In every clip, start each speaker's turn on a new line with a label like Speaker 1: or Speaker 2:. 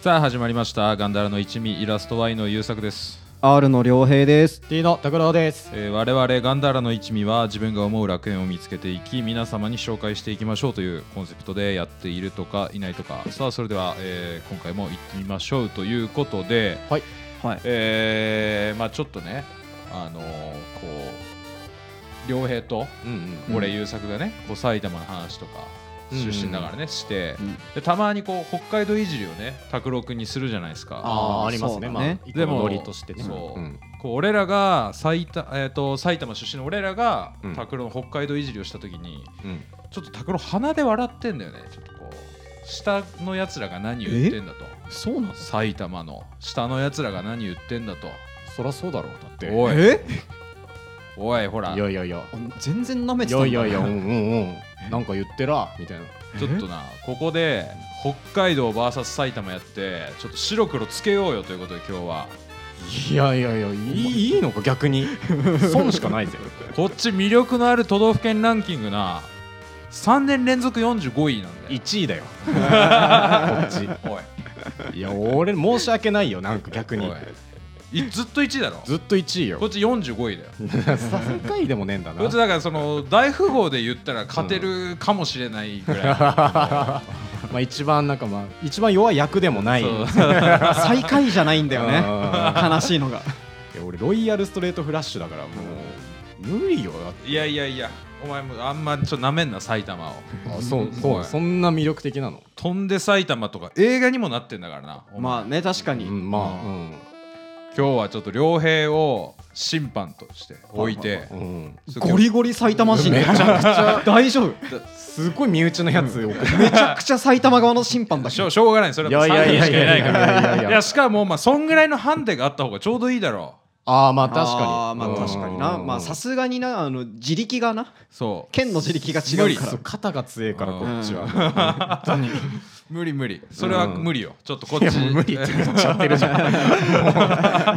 Speaker 1: さあ始まりましたガンダラの一味イラスト Y の優作です、
Speaker 2: R の良平です。
Speaker 3: D の拓郎です。
Speaker 1: えー我々ガンダラの一味は自分が思う楽園を見つけていき皆様に紹介していきましょうというコンセプトでやっているとかいないとかさあそれでは、えー今回も行ってみましょうということで、
Speaker 3: はい
Speaker 2: はい
Speaker 1: えーまあちょっとねあのーこう良平と
Speaker 4: うん
Speaker 1: 俺
Speaker 2: うん
Speaker 1: 優作がね、こう埼玉の話とか
Speaker 4: うん
Speaker 1: 出身ながらね、して、
Speaker 2: うん
Speaker 1: でたまにこう北海道いじりをね拓郎君にするじゃないですか
Speaker 3: あ
Speaker 2: あー
Speaker 3: あ、ありますね。
Speaker 2: そう
Speaker 3: ま
Speaker 2: だ
Speaker 3: あ
Speaker 2: ね、
Speaker 3: 一個
Speaker 1: で
Speaker 3: の
Speaker 1: も
Speaker 3: ノリとしてね。
Speaker 1: そう、
Speaker 4: うん
Speaker 1: こう俺らが埼,、えー、と埼玉出身の俺らが
Speaker 4: うん
Speaker 1: 拓郎、の北海道いじりをした時に
Speaker 4: うん
Speaker 1: ちょっと拓郎鼻で笑ってんだよねちょっとこう下のやつらが何言ってんだと
Speaker 3: そうなの
Speaker 1: 埼玉の下のやつらが何言ってんだと
Speaker 3: そりゃそうだろう。だって。
Speaker 1: おい
Speaker 2: え？
Speaker 1: おいほら
Speaker 3: い
Speaker 1: ちょ
Speaker 3: やいやいや。
Speaker 2: 全然舐め
Speaker 3: い
Speaker 2: てたん
Speaker 3: や
Speaker 2: だ。
Speaker 3: いやいや、うんうんうん。なんか言ってら、みたいな。
Speaker 1: っとなここで北海道 VS 埼玉やってちょっと白黒つけようよということで今日はい
Speaker 3: やいやいや、いいいいのか、逆に。 損しかないぜ。
Speaker 1: こっち魅力のある都道府県ランキングな3年連続45位なんだよ
Speaker 3: 1位だよ。 こっち。
Speaker 1: おい
Speaker 3: いや、俺、申し訳ないよ、なんか逆に。
Speaker 1: おいいずっと1位だろ
Speaker 3: ずっと1位よ
Speaker 1: こっ。ち45位だよ
Speaker 3: 3回でもねえんだな
Speaker 1: こいつ。だからその大富豪で言ったら勝てるかもしれないぐら、
Speaker 3: まあ、一番なんか、まあ、一番弱い役でもないい。
Speaker 1: そう
Speaker 2: 最下位じゃないんだよね。
Speaker 3: ね。
Speaker 2: 悲しいのが。
Speaker 3: いや俺ロイヤルストレートフラッシュだからもう無理よだって
Speaker 1: いやいやいやお前もあんまちょっとなめんな埼玉を
Speaker 3: あそう
Speaker 1: う
Speaker 3: そうそんな魅力的なの、
Speaker 1: 飛んで埼玉とか映画にもなってんだからなお前
Speaker 2: まあね確か
Speaker 3: う
Speaker 2: に。
Speaker 3: ん、まあうん
Speaker 1: 今日はちょっと良平を審判として置いて
Speaker 3: うん
Speaker 2: ゴリゴリ埼玉人
Speaker 3: めちゃくちゃ
Speaker 2: 大丈夫。
Speaker 3: すごい身内のやつを
Speaker 2: めちゃくちゃ埼玉側の審判だけ
Speaker 1: し
Speaker 2: ど
Speaker 1: ょ。しょうがないそれはもう3人しかいないから
Speaker 3: いやいやいや
Speaker 1: いやしかもまあそんぐらいのハンデがあった方がちょうどいいだろ
Speaker 3: ああまあ 確
Speaker 2: あー
Speaker 3: か
Speaker 2: ま
Speaker 3: に
Speaker 2: あ確かにな。まあさすがになあの自力がな
Speaker 1: うそう
Speaker 2: 剣の自力が違
Speaker 3: 無理
Speaker 2: うから
Speaker 3: そう。肩が強いから
Speaker 1: うん
Speaker 3: こっちは
Speaker 1: 無理無理それは無理よちょっとこっ
Speaker 3: いや
Speaker 1: ち
Speaker 3: もう無理って言っちゃってるじ ゃんもう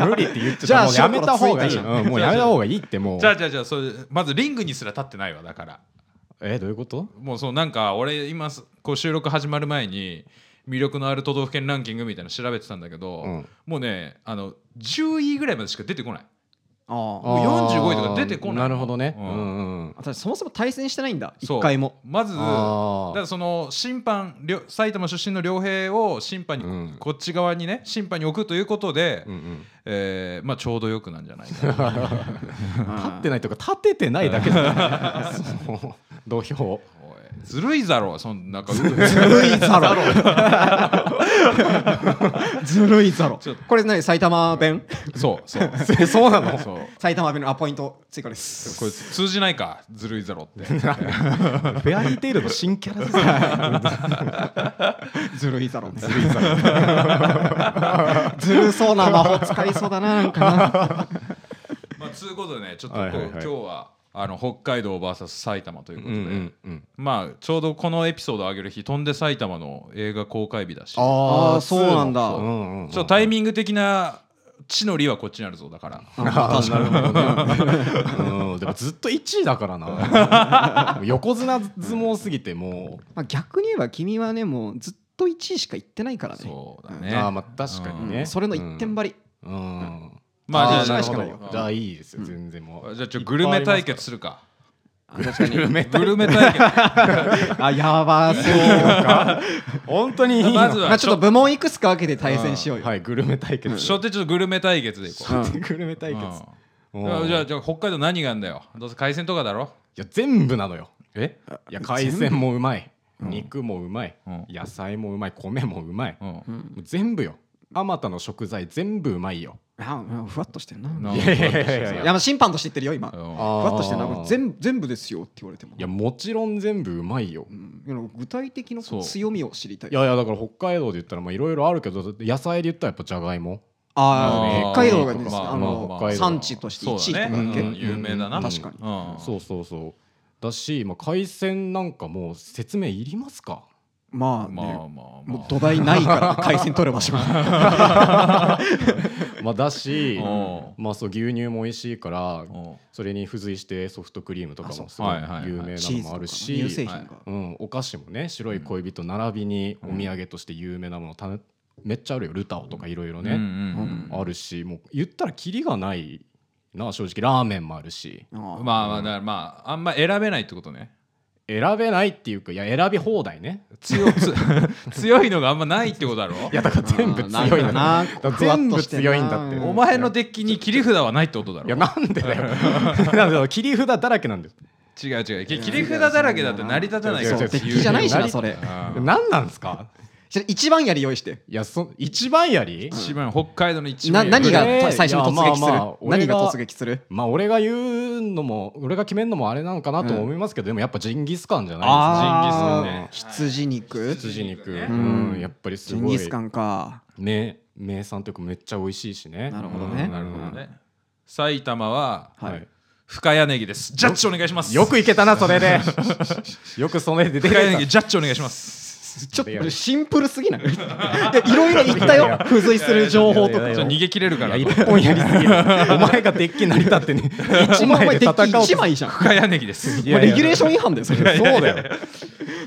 Speaker 3: 無理って言って
Speaker 2: じゃあ
Speaker 3: もうやめた方がいい
Speaker 2: ショック
Speaker 3: うんもうやめた方がいいってもう
Speaker 1: じゃあじゃあじゃあそれまずリングにすら立ってないわだから
Speaker 3: えどういうこと
Speaker 1: もうそうなんか俺今すこう収録始まる前に魅力のある都道府県ランキングみたいなの調べてたんだけど、
Speaker 3: うん
Speaker 1: もうねあの10位ぐらいまでしか出てこない
Speaker 2: ああ。
Speaker 1: もう45位とか出てこない
Speaker 3: なるほどね
Speaker 1: う
Speaker 3: うんんうん
Speaker 2: 私そもそも対戦してないんだ。
Speaker 1: そう
Speaker 2: 一回も。
Speaker 1: まずだか
Speaker 3: あ
Speaker 1: らその審判りょ埼玉出身の良平を審判に、
Speaker 3: うん
Speaker 1: こっち側にね審判に置くということで、
Speaker 3: うんうん
Speaker 1: えーまあ、ちょうどよくなんじゃないかな
Speaker 3: 立ってないとか立ててないだけじゃ ないそう土俵
Speaker 1: おいずるいだろそんなんか
Speaker 2: ずるいザロ。ずるいザ ロ
Speaker 1: ちょっと。
Speaker 2: これ何埼玉弁？
Speaker 1: そうそう
Speaker 3: え そうなの
Speaker 1: そう
Speaker 2: 埼玉弁のアポイント追加です。
Speaker 1: これ通じないかずるいだろって
Speaker 3: フェアリーテイルの新キャラですね
Speaker 2: ずるいだろ。 ずるいだろ。ずるそうな魔法使いそうだななんか
Speaker 1: まあ、つうことでね、ちょっとこう、
Speaker 3: はいはいは
Speaker 1: 今
Speaker 3: い
Speaker 1: 日はあの北海道 VS 埼玉ということで、
Speaker 3: うん
Speaker 1: まあ、ちょうどこのエピソードを上げる日、飛んで埼玉の映画公開日だし、ちょ
Speaker 2: あ
Speaker 3: あ
Speaker 2: ーそうなんだ
Speaker 1: っとタイミング的な地の利はこっちにあるぞ、だから。
Speaker 3: あーなるほどねうんでもずっと1位だからな 横綱相撲すぎても
Speaker 2: まあ逆に言えば君はねもうずっと1位しか行ってないからね。
Speaker 1: そうだ
Speaker 3: う
Speaker 1: ね。
Speaker 3: あーまあ確かに
Speaker 2: う
Speaker 3: ね
Speaker 2: んそれの一点張り。
Speaker 3: うん
Speaker 1: まあ
Speaker 2: あー
Speaker 1: じゃあ、
Speaker 2: なるほど
Speaker 1: じゃあ
Speaker 3: じゃあいいですよ全然もう
Speaker 1: じゃあちょっとグルメ対決するか。
Speaker 2: あ確かに。
Speaker 1: グルメ対決。
Speaker 2: あやばそう。
Speaker 3: 本当 にいいの
Speaker 1: まず
Speaker 2: ま
Speaker 1: は
Speaker 2: あちょっと部門いくつか分けて対戦しようよ。
Speaker 3: はいグルメ対決
Speaker 1: 初手ちょっとグルメ対決でいこう。
Speaker 2: うん
Speaker 3: グルメ対決
Speaker 1: うん
Speaker 3: うん
Speaker 1: じゃあ、じゃあ北海道何があんだよ。どうせ海鮮とかだろ。
Speaker 3: いや全部なのよ
Speaker 1: え
Speaker 3: いや海鮮もうまい肉もうまい
Speaker 1: うん
Speaker 3: 野菜もうまい米もうまい
Speaker 1: うん。
Speaker 2: うん
Speaker 3: もう全部よあまたの食材全部うまいよ
Speaker 2: あうんふわっとしてるな。
Speaker 1: ない
Speaker 3: やいやいやいや
Speaker 2: いやまあ審判として言ってるよ今。
Speaker 1: う
Speaker 2: ふ
Speaker 1: ん
Speaker 2: わっとしてるな。これ
Speaker 3: 部
Speaker 2: 全全部ですよって言われても。
Speaker 3: いやもちろん全部うまいよ
Speaker 2: うんいや具体的なこ
Speaker 1: そう
Speaker 2: う強みを知りたい
Speaker 3: い。やいやだから北海道で言ったらまあいろいろあるけどだって野菜で言ったらやっぱじゃがいも
Speaker 2: ああ、
Speaker 1: あー
Speaker 2: 北海道がですね、
Speaker 1: まあ
Speaker 2: あ
Speaker 3: まあ
Speaker 2: の
Speaker 3: 北海道
Speaker 2: 産地として
Speaker 1: そう
Speaker 2: 1位
Speaker 1: だ
Speaker 2: と
Speaker 1: ね
Speaker 2: かだっけ、
Speaker 1: うん有名だな。
Speaker 3: うん
Speaker 2: 確かに
Speaker 1: うん
Speaker 3: そうそうそうだし、まあ、海鮮なんかもう説明いりますか
Speaker 2: まあ、ね
Speaker 1: まあまあ
Speaker 2: も
Speaker 1: ま
Speaker 2: う
Speaker 1: あ
Speaker 2: 土台ないから回線取ればしまう
Speaker 3: まあだし
Speaker 1: お
Speaker 3: まあそう牛乳も美味しいから
Speaker 1: お
Speaker 3: それに付随してソフトクリームとかもすごい
Speaker 1: あそうはいはいはい
Speaker 3: 有名な
Speaker 2: チー
Speaker 3: の
Speaker 2: ズと
Speaker 3: も
Speaker 2: か
Speaker 3: あ
Speaker 2: ね
Speaker 3: る
Speaker 2: 乳製
Speaker 3: し、
Speaker 2: 品が、
Speaker 3: うん、お菓子もね白い恋人並びにお土産として有名なものためっちゃあるよルタオとかいろいろ
Speaker 1: うんうん
Speaker 3: ね、
Speaker 1: うん
Speaker 3: あるしもう言ったらキリがないな正直ラーメンもあるし
Speaker 2: ああ
Speaker 1: まあまあだからまああんま選べないってことね
Speaker 3: 選べないっていうかいや選び放題ね
Speaker 1: 強つ 強いのがあんまないってことだろ
Speaker 3: いやだから全部強いんだ
Speaker 2: な
Speaker 3: なだから全部強いんだって
Speaker 1: お前のデッキに切り札はないってことだ
Speaker 3: いや
Speaker 1: ろ
Speaker 3: なんでだよなんで切り札だらけなんです
Speaker 1: 違う違うき切り札だらけだと成り立たないか
Speaker 3: 違
Speaker 1: ら
Speaker 3: う違う違う
Speaker 2: デッキじゃないし
Speaker 3: 違う
Speaker 2: な
Speaker 3: 違う
Speaker 2: それ
Speaker 1: うん
Speaker 3: 何なんですか
Speaker 2: じゃあ一番やり用意して
Speaker 3: いやそ一番やり
Speaker 1: 一番北海道の一
Speaker 2: な
Speaker 1: 番
Speaker 2: 何
Speaker 3: いやい
Speaker 2: が
Speaker 3: や
Speaker 2: 最初に突撃する、
Speaker 3: まあまあ俺
Speaker 2: 何
Speaker 3: が
Speaker 2: が突撃する
Speaker 3: まあ俺が言うのも俺が決めるのもあれなのかなとも思いますけど、でもやっぱジンギスカンじゃないですか
Speaker 2: あ
Speaker 1: ー
Speaker 3: ジンギスカンね
Speaker 2: 羊肉
Speaker 3: 羊肉、
Speaker 1: ね
Speaker 3: うん
Speaker 2: うん
Speaker 3: やっぱりす
Speaker 2: ジン
Speaker 3: ごい
Speaker 2: ギスカンか
Speaker 3: 名名産というかめっちゃ美味しいしね
Speaker 2: なるほど
Speaker 1: う
Speaker 2: ね
Speaker 1: んなるほどね埼玉は
Speaker 3: は
Speaker 2: はいい、
Speaker 1: 深谷ネギですジャッジお願いします
Speaker 3: よくいけたなそれでよくその絵で
Speaker 1: 深
Speaker 3: 出て
Speaker 1: 谷ネ
Speaker 3: き
Speaker 1: ギジャッジお願いします
Speaker 2: ちょっとシンプルすぎないいやいろいろ言ったよ付随する情報と
Speaker 3: いや
Speaker 2: か
Speaker 3: い
Speaker 1: じゃあ逃げ切れるか
Speaker 3: た
Speaker 1: ら
Speaker 3: いや
Speaker 1: 深
Speaker 3: 一本やりすぎるお前がデッキ成り立ってね一
Speaker 2: お前お前
Speaker 3: 枚で
Speaker 2: デ
Speaker 3: 戦お
Speaker 2: ッ
Speaker 3: うと
Speaker 2: キ1枚じゃんこ
Speaker 1: 谷ネギです
Speaker 3: いや
Speaker 2: れレギュレーション違反だよそれ
Speaker 3: そうだよ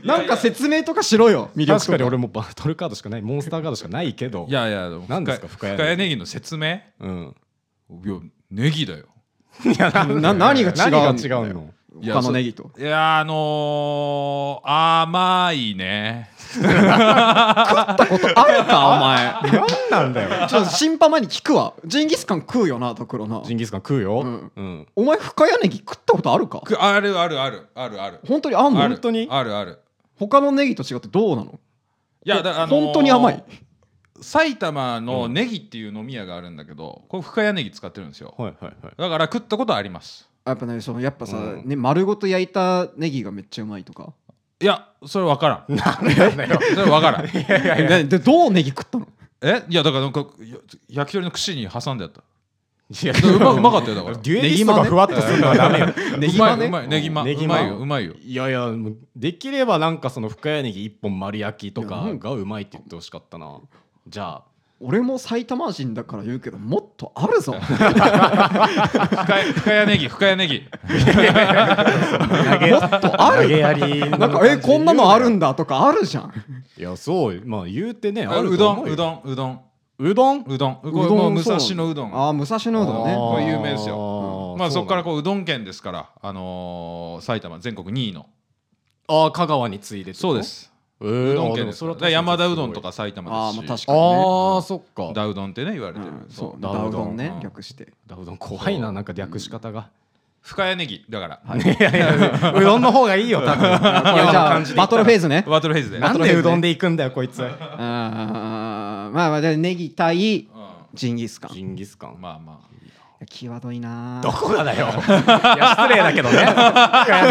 Speaker 2: なんか説明とかしろよ魅力
Speaker 3: 確
Speaker 2: と
Speaker 3: かに俺もバトルカードしかないモンスターカードしかないけど
Speaker 1: いやいやも
Speaker 3: 何ですか
Speaker 1: 深
Speaker 3: 深
Speaker 1: 谷深谷
Speaker 3: 谷ネギ
Speaker 1: ネギの説明い
Speaker 3: うん
Speaker 1: やネギだよ
Speaker 2: な何が違うんだよ
Speaker 3: 何が違うの
Speaker 1: いや
Speaker 2: 他のネギと
Speaker 1: いやあのー、甘いね
Speaker 2: ことあるかお前
Speaker 3: 何なんだよ
Speaker 2: ちょっと審判前に聞くわジンギスカン食うよな拓郎な
Speaker 3: ジンギスカン食うよ、
Speaker 2: うん
Speaker 3: うん
Speaker 2: お前深谷ネギ食ったことあるか
Speaker 1: くあるあるあるあるある
Speaker 2: 本当にあん
Speaker 1: あ
Speaker 2: の
Speaker 1: る
Speaker 3: 本当に
Speaker 1: あるある
Speaker 2: 他のネギと違ってどうなの
Speaker 1: いやだ、あのー
Speaker 2: 本当に甘い
Speaker 1: 埼玉のネギっていう飲み屋があるんだけどこれ深谷ネギ使ってるんですよ
Speaker 3: はいはいはい
Speaker 1: だから食ったことあります
Speaker 2: やっぱねそのやっぱさ、
Speaker 3: うん
Speaker 2: ね丸ごと焼いたネギがめっちゃうまいとか
Speaker 1: いやそれ分からん
Speaker 3: なんでだよ
Speaker 1: それ分からんいやいや
Speaker 2: ででどうネギ食ったの
Speaker 1: えいやだからなんかや焼き鳥の串に挟んでやった
Speaker 3: いや
Speaker 1: うまうまかったよだから
Speaker 3: デュエリストがふわっとするのはダメよ。
Speaker 2: ネギ
Speaker 1: うま
Speaker 2: ま
Speaker 1: いう
Speaker 2: ね
Speaker 1: まいネギま
Speaker 3: ネギ
Speaker 1: う
Speaker 3: ま
Speaker 1: まいようまいよ
Speaker 3: いやいや、もうできればなんかその深谷ネギ一本丸焼きと
Speaker 2: いや
Speaker 3: か
Speaker 2: なん
Speaker 3: がうまいって言ってほしかったな。じゃあ、
Speaker 2: 俺も埼玉人だから言うけどもっとあるぞ
Speaker 1: 深谷深谷ネギ深谷ネギ
Speaker 3: 投げ、
Speaker 2: ある
Speaker 3: 投げやり。
Speaker 2: なんかえこんなのあるんだとかあるじゃん
Speaker 3: いや、そう、まあ言うてね、ある
Speaker 1: う
Speaker 3: と
Speaker 1: どん
Speaker 3: 思よ
Speaker 1: うどんうどん
Speaker 3: うどん
Speaker 1: うどんこれ
Speaker 2: うどん
Speaker 1: もう武蔵
Speaker 2: そう
Speaker 1: 野うどん
Speaker 2: ああ武蔵野うどんね
Speaker 1: これ有名ですよ
Speaker 3: よ
Speaker 1: まあそこからこううどん県ですから、あのー埼玉全国2位の
Speaker 3: う。ああ、香川に次いで。
Speaker 1: そうで。す
Speaker 3: う
Speaker 1: う
Speaker 3: ど
Speaker 1: ど
Speaker 3: ん
Speaker 1: ん県
Speaker 3: 県
Speaker 1: ですからだか
Speaker 3: は
Speaker 1: ら山田うどんとか埼玉
Speaker 2: あー
Speaker 1: で
Speaker 2: まあ
Speaker 1: すし
Speaker 2: 確
Speaker 3: あ
Speaker 2: かにね
Speaker 3: あ、そっか。
Speaker 1: ダウドンってね言われてる、
Speaker 2: うん
Speaker 1: そう
Speaker 2: そう
Speaker 3: ダ
Speaker 2: ダ
Speaker 3: ウ
Speaker 2: ウ
Speaker 3: ド
Speaker 2: ド
Speaker 3: ン
Speaker 2: ンね
Speaker 1: うん
Speaker 2: 略して
Speaker 3: ダウどん怖いな、なんか略し方が。
Speaker 1: 深谷ネギだから、
Speaker 3: いやいや、うどんの方がいいよ、多
Speaker 2: こ
Speaker 3: 分。
Speaker 2: れじゃあバトルフェーズね
Speaker 1: ワトルフェイズで
Speaker 3: なんでうどんで行くんだよ、こいつ。
Speaker 2: あーまあまあでネギ対ジンギスカン
Speaker 3: ジンギスカン。
Speaker 1: まあま
Speaker 2: 際どいな
Speaker 3: どこがだ よ。いや失礼だけどね。い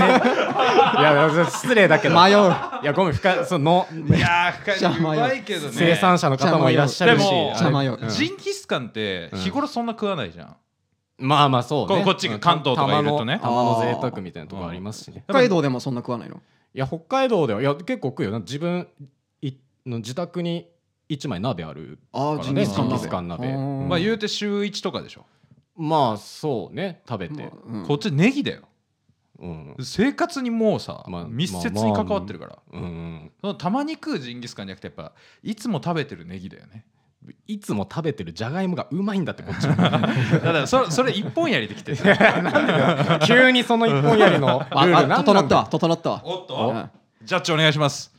Speaker 3: やいや失礼だけど。
Speaker 2: 迷
Speaker 3: いうやごめん深その
Speaker 1: あいやー深
Speaker 2: 邪
Speaker 1: 谷ネギう
Speaker 2: 魔よ
Speaker 1: まいけどね
Speaker 3: 生産者の方もいらっしゃる
Speaker 1: で
Speaker 3: し。
Speaker 1: も
Speaker 2: 邪魔よ
Speaker 3: うん
Speaker 1: ジンギスカンって日頃そんな食わないじゃん、
Speaker 3: まあまあそうね。
Speaker 1: ここっちが関東とかいるとね
Speaker 3: 玉の玉の贅沢みたいなとこありますしね。
Speaker 2: 北海道でもそんな食わないの
Speaker 3: いや北海道ではいや結構食うよな自分いの自宅に一枚鍋ある。
Speaker 2: あ
Speaker 3: だ
Speaker 2: あ
Speaker 3: からね
Speaker 2: ジンギスカ
Speaker 1: ジン
Speaker 2: ン鍋
Speaker 1: ギス
Speaker 3: カン鍋
Speaker 2: あー
Speaker 1: まあ言うて週1とかでしょ、
Speaker 3: まあそうね食べて。
Speaker 2: うん
Speaker 1: こっちネギだよ
Speaker 3: うん
Speaker 1: 生活にもうさ、
Speaker 3: まあ
Speaker 1: 密接に関わってるから、
Speaker 3: うん。
Speaker 1: そのたまに食うジンギスカンじゃなくてやっぱいつも食べてるネギだよね
Speaker 3: いつも食べてるじゃがいもがうまいんだってこっちも。
Speaker 1: だからそそれ一本やりできてる
Speaker 3: 急にその一本やり のルー
Speaker 2: あ
Speaker 3: ルなんな
Speaker 2: あ
Speaker 3: ん
Speaker 2: 整った
Speaker 3: だよ
Speaker 2: わ整ったわ
Speaker 1: おっ
Speaker 2: う
Speaker 1: と
Speaker 2: ん
Speaker 1: ジャッジお願いします、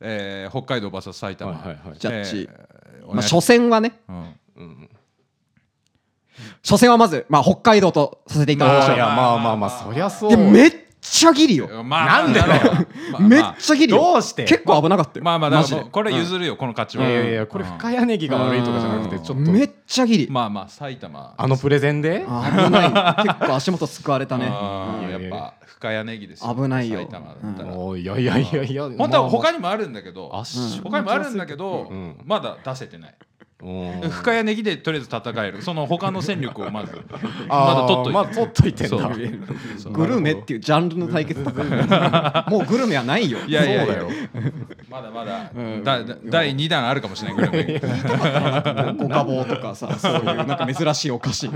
Speaker 1: えー、北海道 VS 埼玉、
Speaker 3: はいはいはい
Speaker 2: ジャッジ
Speaker 1: えーお
Speaker 2: まあ
Speaker 1: 願いし
Speaker 2: 初戦はね
Speaker 1: うん
Speaker 3: うん
Speaker 2: 初戦はまずまあ北海道とさせていただきましょ
Speaker 3: あー
Speaker 2: う
Speaker 3: いやまあまあまあそりゃそう
Speaker 2: でめっちゃギリよ
Speaker 1: まあ
Speaker 3: なんでだよ
Speaker 1: まあま
Speaker 2: めっ
Speaker 1: あ
Speaker 2: ちゃギリよ
Speaker 3: どうして
Speaker 2: 結構危なかったよ
Speaker 1: まあまあだ
Speaker 2: マ
Speaker 1: か
Speaker 2: ジ
Speaker 1: ら
Speaker 2: で
Speaker 1: もうこれ譲るよ、この価値
Speaker 3: い
Speaker 1: は
Speaker 3: やいやいやこれ
Speaker 1: うん
Speaker 3: 深谷ネギが悪いとかじゃなくて
Speaker 2: うん
Speaker 3: ちょっと
Speaker 2: めっちゃギリ
Speaker 1: まあまあ埼玉
Speaker 3: あのプレゼンで
Speaker 2: あ危ない結構足元すくわれたね
Speaker 1: あ
Speaker 3: うん
Speaker 1: ーやっぱ深谷ネギですよ
Speaker 2: 危ないよ
Speaker 1: 埼玉だったら、
Speaker 3: おーいやいやいやいや
Speaker 1: 本当は他
Speaker 3: に
Speaker 1: にもあるんだけど、
Speaker 2: うん
Speaker 1: 他にもあるんだけど、
Speaker 3: うん
Speaker 1: まだ出せてない深
Speaker 3: 深
Speaker 1: 谷ネギでとりあえず戦えるその他の戦力をまずまだ
Speaker 3: あ
Speaker 1: 取っ
Speaker 3: ー
Speaker 1: といて、
Speaker 3: まだ取っといてん
Speaker 1: そ
Speaker 3: だ
Speaker 1: う
Speaker 2: グルメっていうジャンルの対決だからもうグルメはないよ
Speaker 1: いやいやいや
Speaker 3: そうだよ
Speaker 1: ままだまだ
Speaker 2: うん
Speaker 1: だだ第2弾あるかもしれないグルメ
Speaker 2: 五花棒とか さそういうなんか珍しいお菓子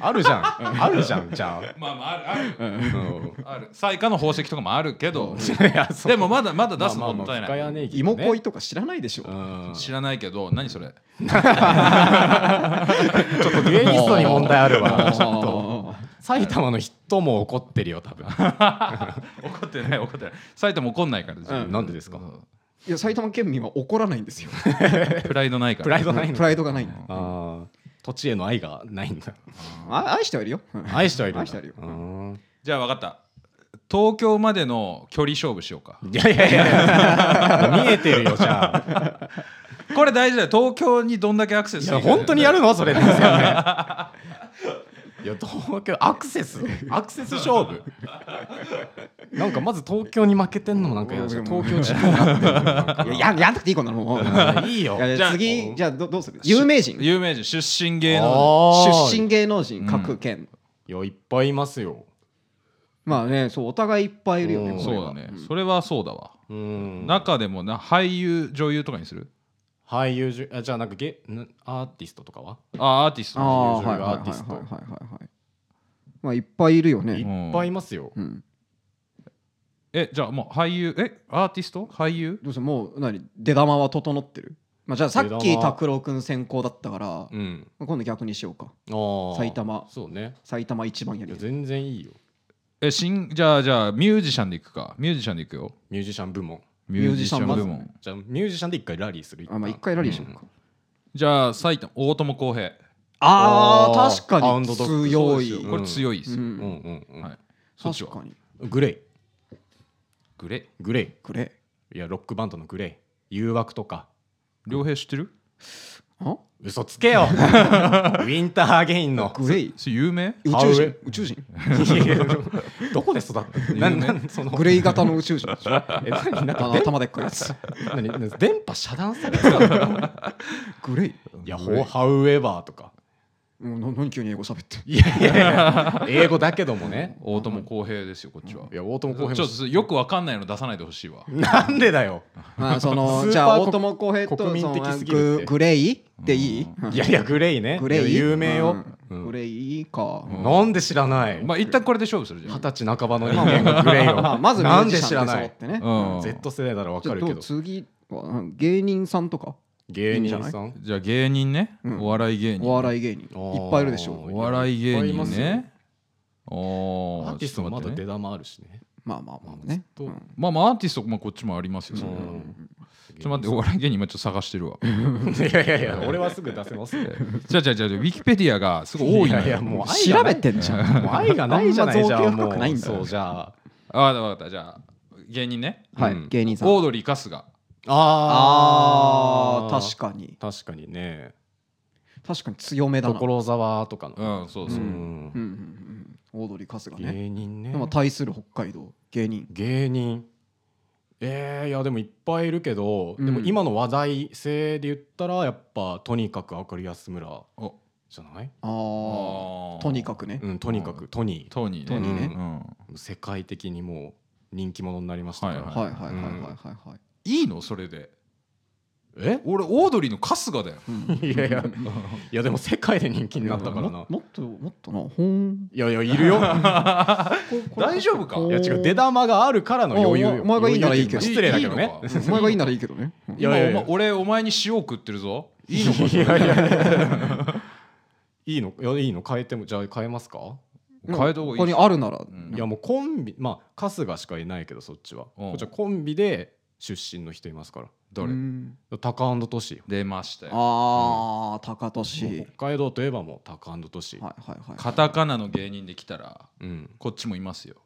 Speaker 3: あるじゃんあるじゃんじゃあ
Speaker 1: まあまああるある
Speaker 3: うん
Speaker 1: ある最下の宝石とかもあるけど
Speaker 3: いやそう
Speaker 1: でもまだまだ出すのもったい
Speaker 3: まあまあ
Speaker 1: ない
Speaker 3: 深谷ねぎ
Speaker 2: 芋
Speaker 3: ね
Speaker 2: 恋とか知らないでしょ
Speaker 3: うん
Speaker 1: 知らないけど何それ
Speaker 3: ちょっとデュエリストに問題あるわ
Speaker 2: あ
Speaker 3: ちょっと埼玉の人も怒ってるよ多分
Speaker 1: 怒ってない怒ってない埼玉怒んないからですよ
Speaker 2: うん
Speaker 3: なんでです か
Speaker 2: ーいや埼玉県民は怒らないんですよ
Speaker 1: プライドないから
Speaker 3: プライド
Speaker 2: プ
Speaker 3: ないの
Speaker 2: ライドがないの
Speaker 3: あー土地への愛がないんだ
Speaker 2: あ愛してはいるようん
Speaker 3: 愛してはいるんだ
Speaker 2: 愛してはいるよ
Speaker 3: うん
Speaker 1: じゃあ分かった東京までの距離勝負しようか
Speaker 3: いやいやいや見えてるよじゃあ
Speaker 1: これ大事だよ東京にどんだけアクセス
Speaker 3: い
Speaker 1: してい
Speaker 3: や
Speaker 1: くか
Speaker 3: 本当にやるのそれですよねいや東京アクセスアクセス勝負なんかまず東京に負けてんのもなんか嫌だし
Speaker 2: うん
Speaker 3: 東京地区になってんのもなんか
Speaker 2: いやややんなくていいこんなのもうい
Speaker 3: いいよ
Speaker 2: やい
Speaker 1: じゃ
Speaker 2: や
Speaker 1: あ
Speaker 2: 次じゃあどどうする有名人
Speaker 1: 有名人出身芸能
Speaker 3: あー
Speaker 2: 出身芸能人各県
Speaker 3: いやいっぱいいますよ
Speaker 2: まあねそうお互いいっぱいいるよ
Speaker 3: う
Speaker 2: ね
Speaker 3: ん
Speaker 1: 人
Speaker 2: こ
Speaker 1: そう
Speaker 2: れは
Speaker 1: だねそれはそうだわ
Speaker 3: うん
Speaker 1: 中でもな俳優女優とかにする
Speaker 3: 俳優じゅあじゃあなんかゲなアーティストとかは
Speaker 1: あアーティスト
Speaker 2: ああ
Speaker 3: 友情
Speaker 2: はいはい
Speaker 3: が
Speaker 2: はい
Speaker 3: アーティスト
Speaker 2: はいはいはいはいまあいっぱいいるよ
Speaker 3: いっ
Speaker 2: ね
Speaker 3: ぱいいますよ
Speaker 2: うん
Speaker 1: えじゃあもう俳優えアーティスト俳優
Speaker 2: どうせもう何出玉は整ってるまあじゃあさっ
Speaker 3: 出
Speaker 2: き
Speaker 3: 玉
Speaker 2: 拓郎くん先行だったから
Speaker 3: うん
Speaker 2: 今度逆にしようか
Speaker 3: あー
Speaker 2: 埼玉
Speaker 3: そうね
Speaker 2: 埼玉一番や
Speaker 3: いや
Speaker 2: り
Speaker 3: 全然いいよ
Speaker 1: え新じゃあじゃあミュージシャンでいくかミュージシャンでいくよ
Speaker 3: ミュージシャン部門
Speaker 1: ミュージシャン
Speaker 2: ミュ
Speaker 1: 部
Speaker 2: ージシャン
Speaker 1: 門
Speaker 3: じゃあミュージシャンで一回ラリーする
Speaker 2: あまあ一回ラリーしようか
Speaker 1: じゃあ埼玉大友康平
Speaker 2: あ
Speaker 3: おー
Speaker 2: ー確
Speaker 3: ア
Speaker 2: か
Speaker 3: ウン
Speaker 2: に
Speaker 3: ドドッグ
Speaker 2: 強
Speaker 3: そうです
Speaker 2: い
Speaker 3: よ
Speaker 1: これ強いです
Speaker 2: う
Speaker 1: よ
Speaker 3: うん
Speaker 2: ん
Speaker 3: うんうん、
Speaker 1: はいそっち
Speaker 2: 確
Speaker 1: は
Speaker 2: かに
Speaker 3: グレイ
Speaker 1: グレ
Speaker 3: グレ
Speaker 2: これ
Speaker 3: イいやロックバンドのグレイ誘惑とか
Speaker 1: イ良平知ってる
Speaker 2: あ
Speaker 3: 嘘つ けよウィンターアゲインの
Speaker 2: グレイ
Speaker 1: それ有名
Speaker 2: 宇
Speaker 3: ハウ
Speaker 2: 宙
Speaker 3: エ
Speaker 2: 人宇宙人
Speaker 3: いや どこで育ったなんなんその
Speaker 2: グレイ型の宇宙人でしょ
Speaker 3: え何なん
Speaker 2: あ
Speaker 3: か
Speaker 2: の
Speaker 3: 電
Speaker 2: 頭でっかいや つ
Speaker 3: 何何電波遮断されてたの
Speaker 2: グレイ
Speaker 3: いや ほハウエバーとか
Speaker 2: もうな何急に英語喋って
Speaker 3: いやいやいや英語だけどもね
Speaker 1: 大友康平ですよこっちはい
Speaker 3: や大友
Speaker 1: ちょ
Speaker 3: 康
Speaker 1: っと
Speaker 3: 平
Speaker 1: それよくわかんないの出さないでほしいわ
Speaker 3: もなんでだよ
Speaker 2: まあその
Speaker 3: スーパー
Speaker 2: じゃあ
Speaker 3: 国
Speaker 2: 大友康平と
Speaker 3: 国民
Speaker 2: そ
Speaker 3: 的
Speaker 2: の
Speaker 3: すぎるって
Speaker 2: ググレイでいい
Speaker 3: いやいやグレイね
Speaker 2: グレイ
Speaker 3: いや有名よ、
Speaker 2: う
Speaker 3: うんん
Speaker 2: グレイか
Speaker 3: なんで知らない
Speaker 1: まあ一旦これで勝負するじゃん
Speaker 3: 二十歳半ばの人間 がグレイを、
Speaker 2: まあまずミュ
Speaker 3: な
Speaker 2: ー
Speaker 3: ん
Speaker 2: ジ
Speaker 3: で
Speaker 2: シ
Speaker 3: 知
Speaker 2: ャ
Speaker 3: ら
Speaker 2: ンで
Speaker 3: な
Speaker 2: 揃っ
Speaker 3: い
Speaker 2: てね
Speaker 1: うん
Speaker 3: Z 世代ならわ
Speaker 2: じゃ
Speaker 3: か
Speaker 2: あ
Speaker 3: る
Speaker 2: ど
Speaker 3: け
Speaker 2: う
Speaker 3: ど
Speaker 2: 次はうん芸人さんとか
Speaker 3: 芸人さ
Speaker 2: いいんじ
Speaker 3: ん
Speaker 1: じゃあ芸人ね
Speaker 2: うん
Speaker 1: お笑い芸人
Speaker 2: お笑い芸人い
Speaker 3: あー
Speaker 2: っぱいいるでしょ
Speaker 1: お笑い芸人ね
Speaker 3: ア
Speaker 1: お
Speaker 3: ーティストもまだ出
Speaker 1: ね
Speaker 3: 玉あるしね
Speaker 2: まあまあまあね
Speaker 3: ずっと
Speaker 2: うん
Speaker 1: まあまあアーティストもこっちもありますよそれは
Speaker 3: うん
Speaker 1: ちょっと待ってお笑い芸人今ちょっと探してるわ
Speaker 3: いやいやいや俺はすぐ出せますよ
Speaker 1: じゃあじゃあじゃあウィキペディアがすごい多い
Speaker 3: い
Speaker 1: の
Speaker 3: やいや
Speaker 1: よ
Speaker 3: もう愛が
Speaker 2: 調
Speaker 3: ない
Speaker 2: べてんじゃん
Speaker 3: もう愛がないじゃないじゃ
Speaker 2: あんま造
Speaker 3: ん
Speaker 2: 形
Speaker 3: も。
Speaker 2: 深くないうんだ
Speaker 3: そうじゃあ
Speaker 1: あ分かったじゃあ芸人ね
Speaker 2: は
Speaker 3: うん
Speaker 2: い芸人さん
Speaker 1: オードリー春日
Speaker 2: あー確
Speaker 3: か
Speaker 2: かに
Speaker 3: 確かにね
Speaker 2: 確かに強めだな
Speaker 3: 所沢とか
Speaker 1: う
Speaker 3: の
Speaker 1: んそう
Speaker 2: う
Speaker 1: そうん
Speaker 3: う
Speaker 2: うんんうんうんオードリー春日ね
Speaker 3: 芸人ね
Speaker 2: まあ対する北海道芸人
Speaker 3: 芸人えー、いやでもいっぱいいるけど、
Speaker 2: うん
Speaker 3: でも今の話題性で言ったらやっぱとにかく明るい安村
Speaker 1: お
Speaker 3: じゃない、
Speaker 2: あーとにかくね
Speaker 3: うん、とにかくトニ
Speaker 1: トニー
Speaker 2: トニーね
Speaker 1: うん
Speaker 3: ー世界的にもう人気者になりましたから、
Speaker 1: はい
Speaker 2: はいはいはいはいはいはい
Speaker 1: いいのそれで
Speaker 3: え
Speaker 1: 俺オードリーの春日だよ
Speaker 2: うん
Speaker 3: いやいやいやでも世界で人気になったからな
Speaker 2: ももっともっとなほん
Speaker 3: いやいやいるよ
Speaker 1: 大丈夫か
Speaker 3: いや違う出玉があるからの余裕
Speaker 2: おお前がいいならいいけど
Speaker 3: 余裕ってうか失礼だけど
Speaker 1: いい
Speaker 3: ね
Speaker 1: のか
Speaker 2: お前がいいならいいけどねうん
Speaker 3: いやいや
Speaker 1: 今お
Speaker 3: いや
Speaker 1: 前俺お前に塩食ってるぞいいのか
Speaker 3: いやいやいいのいやいいの変えてもじゃあ変えますか
Speaker 1: 変えた方がい
Speaker 2: 他
Speaker 1: い
Speaker 2: に
Speaker 1: し
Speaker 2: あるなら
Speaker 1: ん
Speaker 3: いやもうコンビまあ春日しかいないけどそっちは
Speaker 1: うん
Speaker 3: こっちはコンビで出身の人いますから
Speaker 1: ど
Speaker 2: う
Speaker 1: れ
Speaker 2: ん
Speaker 3: タカアンドトシよ
Speaker 1: 出ましたよ
Speaker 2: あー高
Speaker 3: も
Speaker 2: 俊
Speaker 3: う北海道といえばもうタカアンドトシ
Speaker 2: はいはいはい
Speaker 1: カタカナの芸人できたら
Speaker 3: うん
Speaker 1: こっちもいますよ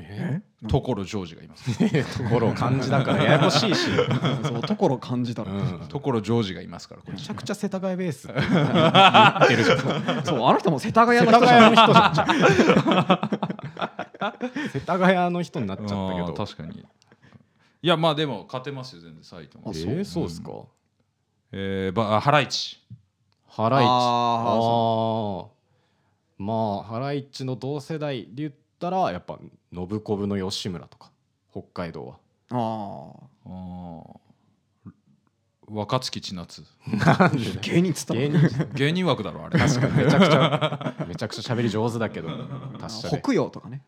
Speaker 3: え
Speaker 1: 所ジョージがいます
Speaker 3: ところ漢字だからややこしいし
Speaker 2: そうところ感じた
Speaker 3: う
Speaker 2: ら
Speaker 3: ん
Speaker 1: 所ジョージがいますからこっ
Speaker 3: め
Speaker 1: ち
Speaker 3: ちゃくちゃ世田谷ベース
Speaker 2: そうあの人も世田谷
Speaker 3: 世
Speaker 2: の
Speaker 3: 田
Speaker 2: 人じゃん
Speaker 3: 谷の人じゃんじゃん世田谷の人になっちゃったけ
Speaker 1: あー
Speaker 3: ど
Speaker 1: 確かにいやまあでも勝てますよ全然埼玉
Speaker 2: あ
Speaker 3: え
Speaker 2: そう
Speaker 3: ーそうっすか
Speaker 1: えーばあハライチ
Speaker 3: ハライチ
Speaker 2: あー
Speaker 3: あーまあハライ チの同世代で言ったらやっぱ信子部の吉村とか北海道は
Speaker 2: あ
Speaker 1: あー若槻千夏
Speaker 3: なんで
Speaker 2: あ芸人つった
Speaker 3: 芸人
Speaker 1: 芸人枠だろあれ
Speaker 3: 確かにめちゃくちゃめちゃくちゃ喋り上手だ けど達者で
Speaker 2: 北洋とかね